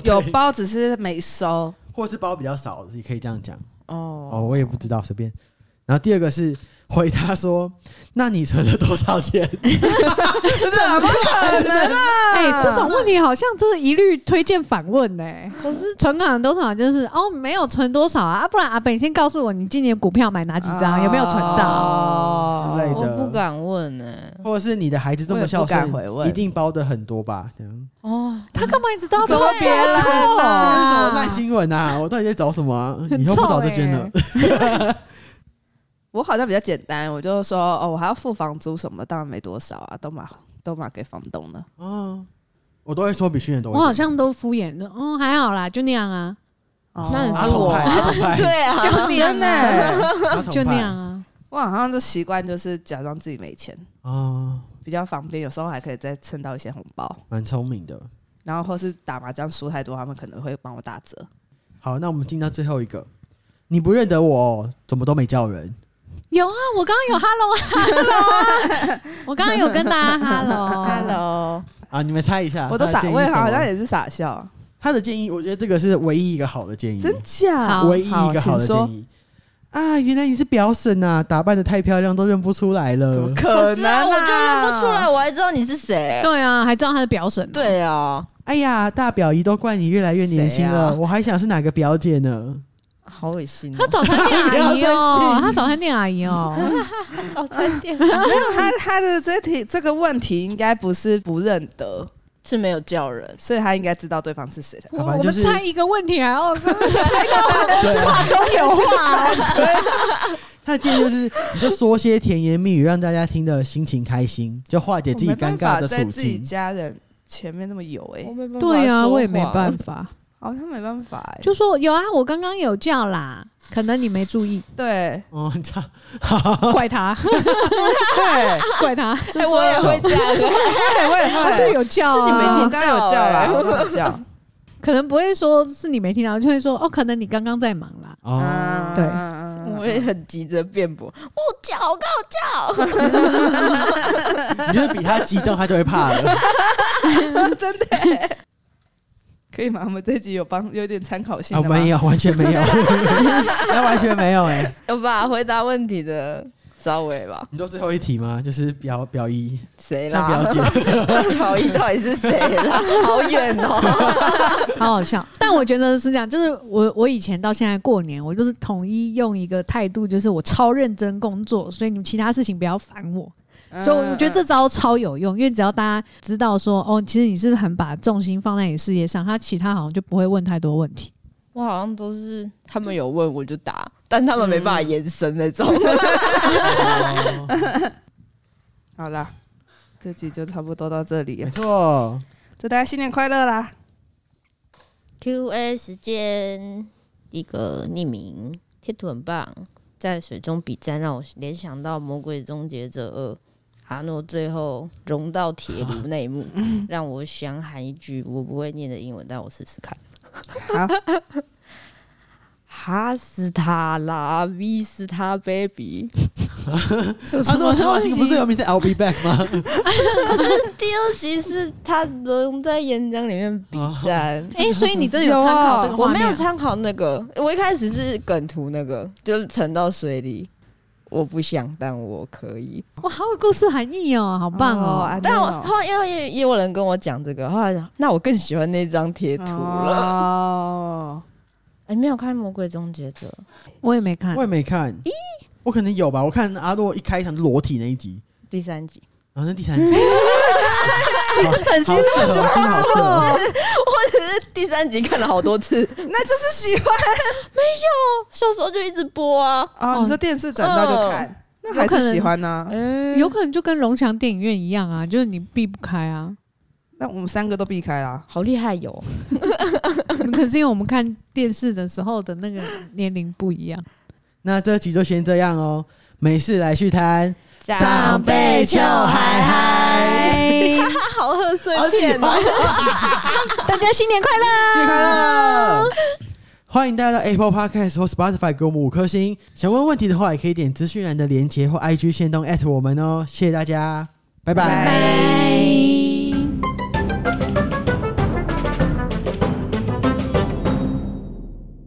Speaker 1: 有包只是没收。
Speaker 3: 或是包比较少，也可以这样讲。哦，
Speaker 2: 哦，
Speaker 3: 我也不知道，随便。然后第二个是回他说， 那你存了多 少钱？
Speaker 4: 哎、这种问题好像真的一律推荐反问哎、
Speaker 2: 可是
Speaker 4: 存款多少就是哦，没有存多少啊，啊不然阿本你先告诉我你今年股票买哪几张，有没有存到？
Speaker 1: 哦
Speaker 3: 之类
Speaker 2: 我
Speaker 3: 的
Speaker 2: 不敢问欸呢、
Speaker 3: 或者是你的孩子这么孝
Speaker 1: 我也不敢回
Speaker 3: 顺，
Speaker 1: 问
Speaker 3: 一定包的很多吧？这样
Speaker 2: 哦，
Speaker 4: 他干嘛一直都要
Speaker 1: 怎
Speaker 4: 抽
Speaker 1: 么
Speaker 4: 别
Speaker 1: 别
Speaker 4: 人
Speaker 1: 人
Speaker 3: 这是什么
Speaker 4: 啊
Speaker 3: 烂？新闻啊？我到底在找什么、啊？
Speaker 4: 很
Speaker 3: 以后不
Speaker 4: 臭
Speaker 3: 找这间了
Speaker 4: 欸。
Speaker 1: 我好像比较简单，我就说哦，我还要付房租什么，当然没多少啊，都买都买给房东了。
Speaker 3: 哦，我都会说比去年多一
Speaker 4: 我
Speaker 3: 点。
Speaker 4: 好像都敷衍的，哦，还好啦，就那样啊，
Speaker 1: 哦
Speaker 4: 那你
Speaker 3: 马
Speaker 4: 说
Speaker 3: 桶
Speaker 4: 我
Speaker 3: 派， 马桶派，
Speaker 2: 对啊，
Speaker 4: 就那样
Speaker 1: 真的
Speaker 4: 啊，
Speaker 1: 欸，
Speaker 3: 马桶派
Speaker 4: 就那样啊。
Speaker 1: 我好像就习惯就是假装自己没钱，
Speaker 3: 哦，
Speaker 1: 比较方便，有时候还可以再蹭到一些红包，
Speaker 3: 蛮聪明的。
Speaker 1: 然后或是打麻将输太多，他们可能会帮我打折。
Speaker 3: 好，那我们进到最后一个，你不认得我哦，怎么都没叫人。
Speaker 4: 有啊，我刚刚有 hello 啊 hello 啊，我刚刚有跟大家 hello
Speaker 2: Hello，
Speaker 3: 啊，你们猜一下，
Speaker 1: 我都
Speaker 3: 他的
Speaker 1: 傻，
Speaker 3: 建议
Speaker 1: 我也
Speaker 3: 是什么嗯
Speaker 1: 好像也是傻笑，
Speaker 3: 他的建议，我觉得这个是唯一一个好的建议，
Speaker 1: 真假？
Speaker 4: 好
Speaker 3: 唯一一个好的
Speaker 1: 请说
Speaker 3: 建议啊！原来你是表婶啊，打扮的太漂亮，都认不出来
Speaker 1: 怎
Speaker 3: 了
Speaker 1: 么。可
Speaker 2: 是
Speaker 1: 能
Speaker 2: 啊，
Speaker 1: 啊？
Speaker 2: 我就认不出来，我还知道你是谁。
Speaker 4: 对啊，还知道他的表婶呢，
Speaker 2: 对啊，
Speaker 3: 哎呀，大表姨都怪你越来越年轻了，
Speaker 2: 谁啊
Speaker 3: 我还想是哪个表姐呢？
Speaker 2: 好恶心、哦
Speaker 4: 他早餐店阿姨
Speaker 3: 不要
Speaker 4: 哦
Speaker 3: 再，进
Speaker 4: 他早餐店阿姨哦，
Speaker 2: 早餐店
Speaker 1: 没有他他的这题这个问题应该不是不认得，
Speaker 2: 是没有叫人，
Speaker 1: 所以他应该知道对方是谁才。
Speaker 3: 啊
Speaker 4: 我
Speaker 3: 反正就
Speaker 4: 们
Speaker 3: 是
Speaker 4: 猜一个问题还要
Speaker 3: 对啊，
Speaker 4: 话中有话，
Speaker 3: 他的建议就是，你就说些甜言蜜语，让大家听的心情开心，就化解自己
Speaker 1: 我没
Speaker 3: 尴
Speaker 1: 办
Speaker 3: 尬
Speaker 1: 法
Speaker 3: 的
Speaker 1: 在
Speaker 3: 处
Speaker 1: 自己
Speaker 3: 境。
Speaker 1: 家人前面那么有哎、
Speaker 2: 没办
Speaker 4: 对啊，我也没办法，
Speaker 1: 好像没办法哎、
Speaker 4: 就说有啊，我刚刚有叫啦，可能你没注 意，
Speaker 1: 对
Speaker 3: 哦，你知 道，
Speaker 4: 怪他，
Speaker 1: 对，
Speaker 4: 怪他，哎
Speaker 2: 哎、 我也会这样，
Speaker 1: 对我也
Speaker 4: 他
Speaker 1: 会，
Speaker 4: 就有叫
Speaker 2: 是你没
Speaker 4: 啊，
Speaker 1: 我
Speaker 2: 听
Speaker 1: 刚刚有
Speaker 2: 到
Speaker 1: 叫 啦，
Speaker 2: 欸
Speaker 1: 我刚刚有 叫，
Speaker 4: 可能不会说是你没听到，就会说哦，可能你刚刚在忙 啦。
Speaker 3: 哦，
Speaker 4: 对
Speaker 1: 嗯
Speaker 2: 我也很急着辩驳，我叫，我刚好叫，
Speaker 3: 你就是比他激动，他就会 怕了。
Speaker 1: 真的、可以吗？我们这集有帮有点参考性
Speaker 3: 啊，
Speaker 1: 的吗？
Speaker 3: 没有，完全没 有，那完全没有哎、
Speaker 2: 有吧？回答问题的稍微吧，
Speaker 3: 你说最后一题吗？就是表表姨，
Speaker 2: 谁
Speaker 3: 像
Speaker 2: 啦？
Speaker 3: 表姐，
Speaker 2: 讨厌到底是谁啦？好远哦，
Speaker 4: 好好笑。但我觉得是这样，就是我我以前到现在过年，我就是统一用一个态度，就是我超认真工作，所以你们其他事情不要烦我。
Speaker 1: 嗯，
Speaker 4: 所以我觉得这招超有用，因为只要大家知道说，哦，其实你是不是很把重心放在你事业上，他其他好像就不会问太多问题。
Speaker 2: 我好像都是他们有问我就答，但他们没办法延伸那种。
Speaker 1: 嗯好啦，这集就差不多到这里
Speaker 3: 没
Speaker 1: 了，
Speaker 3: 错，
Speaker 1: 祝
Speaker 3: 嗯
Speaker 1: 大家新年快乐啦！
Speaker 2: Q&A 时间，一个匿名贴图很棒，在水中比战让我联想到《魔鬼终结者二》，哈诺最后融到铁炉那一幕，让我想喊一句我不会念的英文，但我试试看。
Speaker 1: 好，
Speaker 2: 哈斯塔拉比斯塔 baby，
Speaker 4: 是
Speaker 3: 安诺施瓦辛格不是有名的 I'll be back 吗？
Speaker 2: 第二集是他融在岩浆里面比战。哦
Speaker 4: 哎、所以你真的有参考这个
Speaker 2: 我
Speaker 4: 画
Speaker 2: 没
Speaker 4: 面？
Speaker 2: 有参考那个，我一开始是梗图那个，就是沉到水里。我不想，但我可以。
Speaker 4: 哇，好有故事含义哦，好棒
Speaker 1: 哦
Speaker 4: 哦！
Speaker 1: 啊
Speaker 2: 但
Speaker 1: 真的
Speaker 2: 我
Speaker 1: 哦
Speaker 2: 后来因为也也有人跟我讲这个，后来想那我更喜欢那张贴图了。
Speaker 1: 哦，
Speaker 2: 哎、没有看《魔鬼终结者
Speaker 4: 我也没看
Speaker 3: 我，也没看，我可能有吧。我看阿诺一开场就裸体那一集，》
Speaker 2: 第三集，
Speaker 3: 然后那第三集，粉丝好色哦，真的好色哦，
Speaker 2: 我只是第三集看了好多次，
Speaker 1: 那就是喜欢
Speaker 2: 小时候就一直播啊。
Speaker 1: 哦。你说电视转到就看，那还
Speaker 4: 哦有可
Speaker 1: 是
Speaker 4: 能
Speaker 1: 喜欢呢？
Speaker 2: 嗯，
Speaker 4: 有可能就跟龙翔电影院一样啊，就是你避不开啊。
Speaker 1: 那我们三个都避开啦。
Speaker 2: 好厉害哟、
Speaker 4: 可是因为我们看电视的时候的那个年龄不一样，
Speaker 3: 那这集就先这样哦，没事来续摊，
Speaker 2: 长
Speaker 3: 辈就嗨嗨，
Speaker 2: 好贺岁
Speaker 3: 而且
Speaker 2: 片哦、
Speaker 4: 大家新年快乐！
Speaker 3: 新年快乐！欢迎大家到 Apple Podcast 或 Spotify 给我们五颗星。想问问题的话，也可以点资讯栏的连接或 IG 线动 at 我们哦。谢谢大家，拜拜
Speaker 1: 拜
Speaker 4: 拜。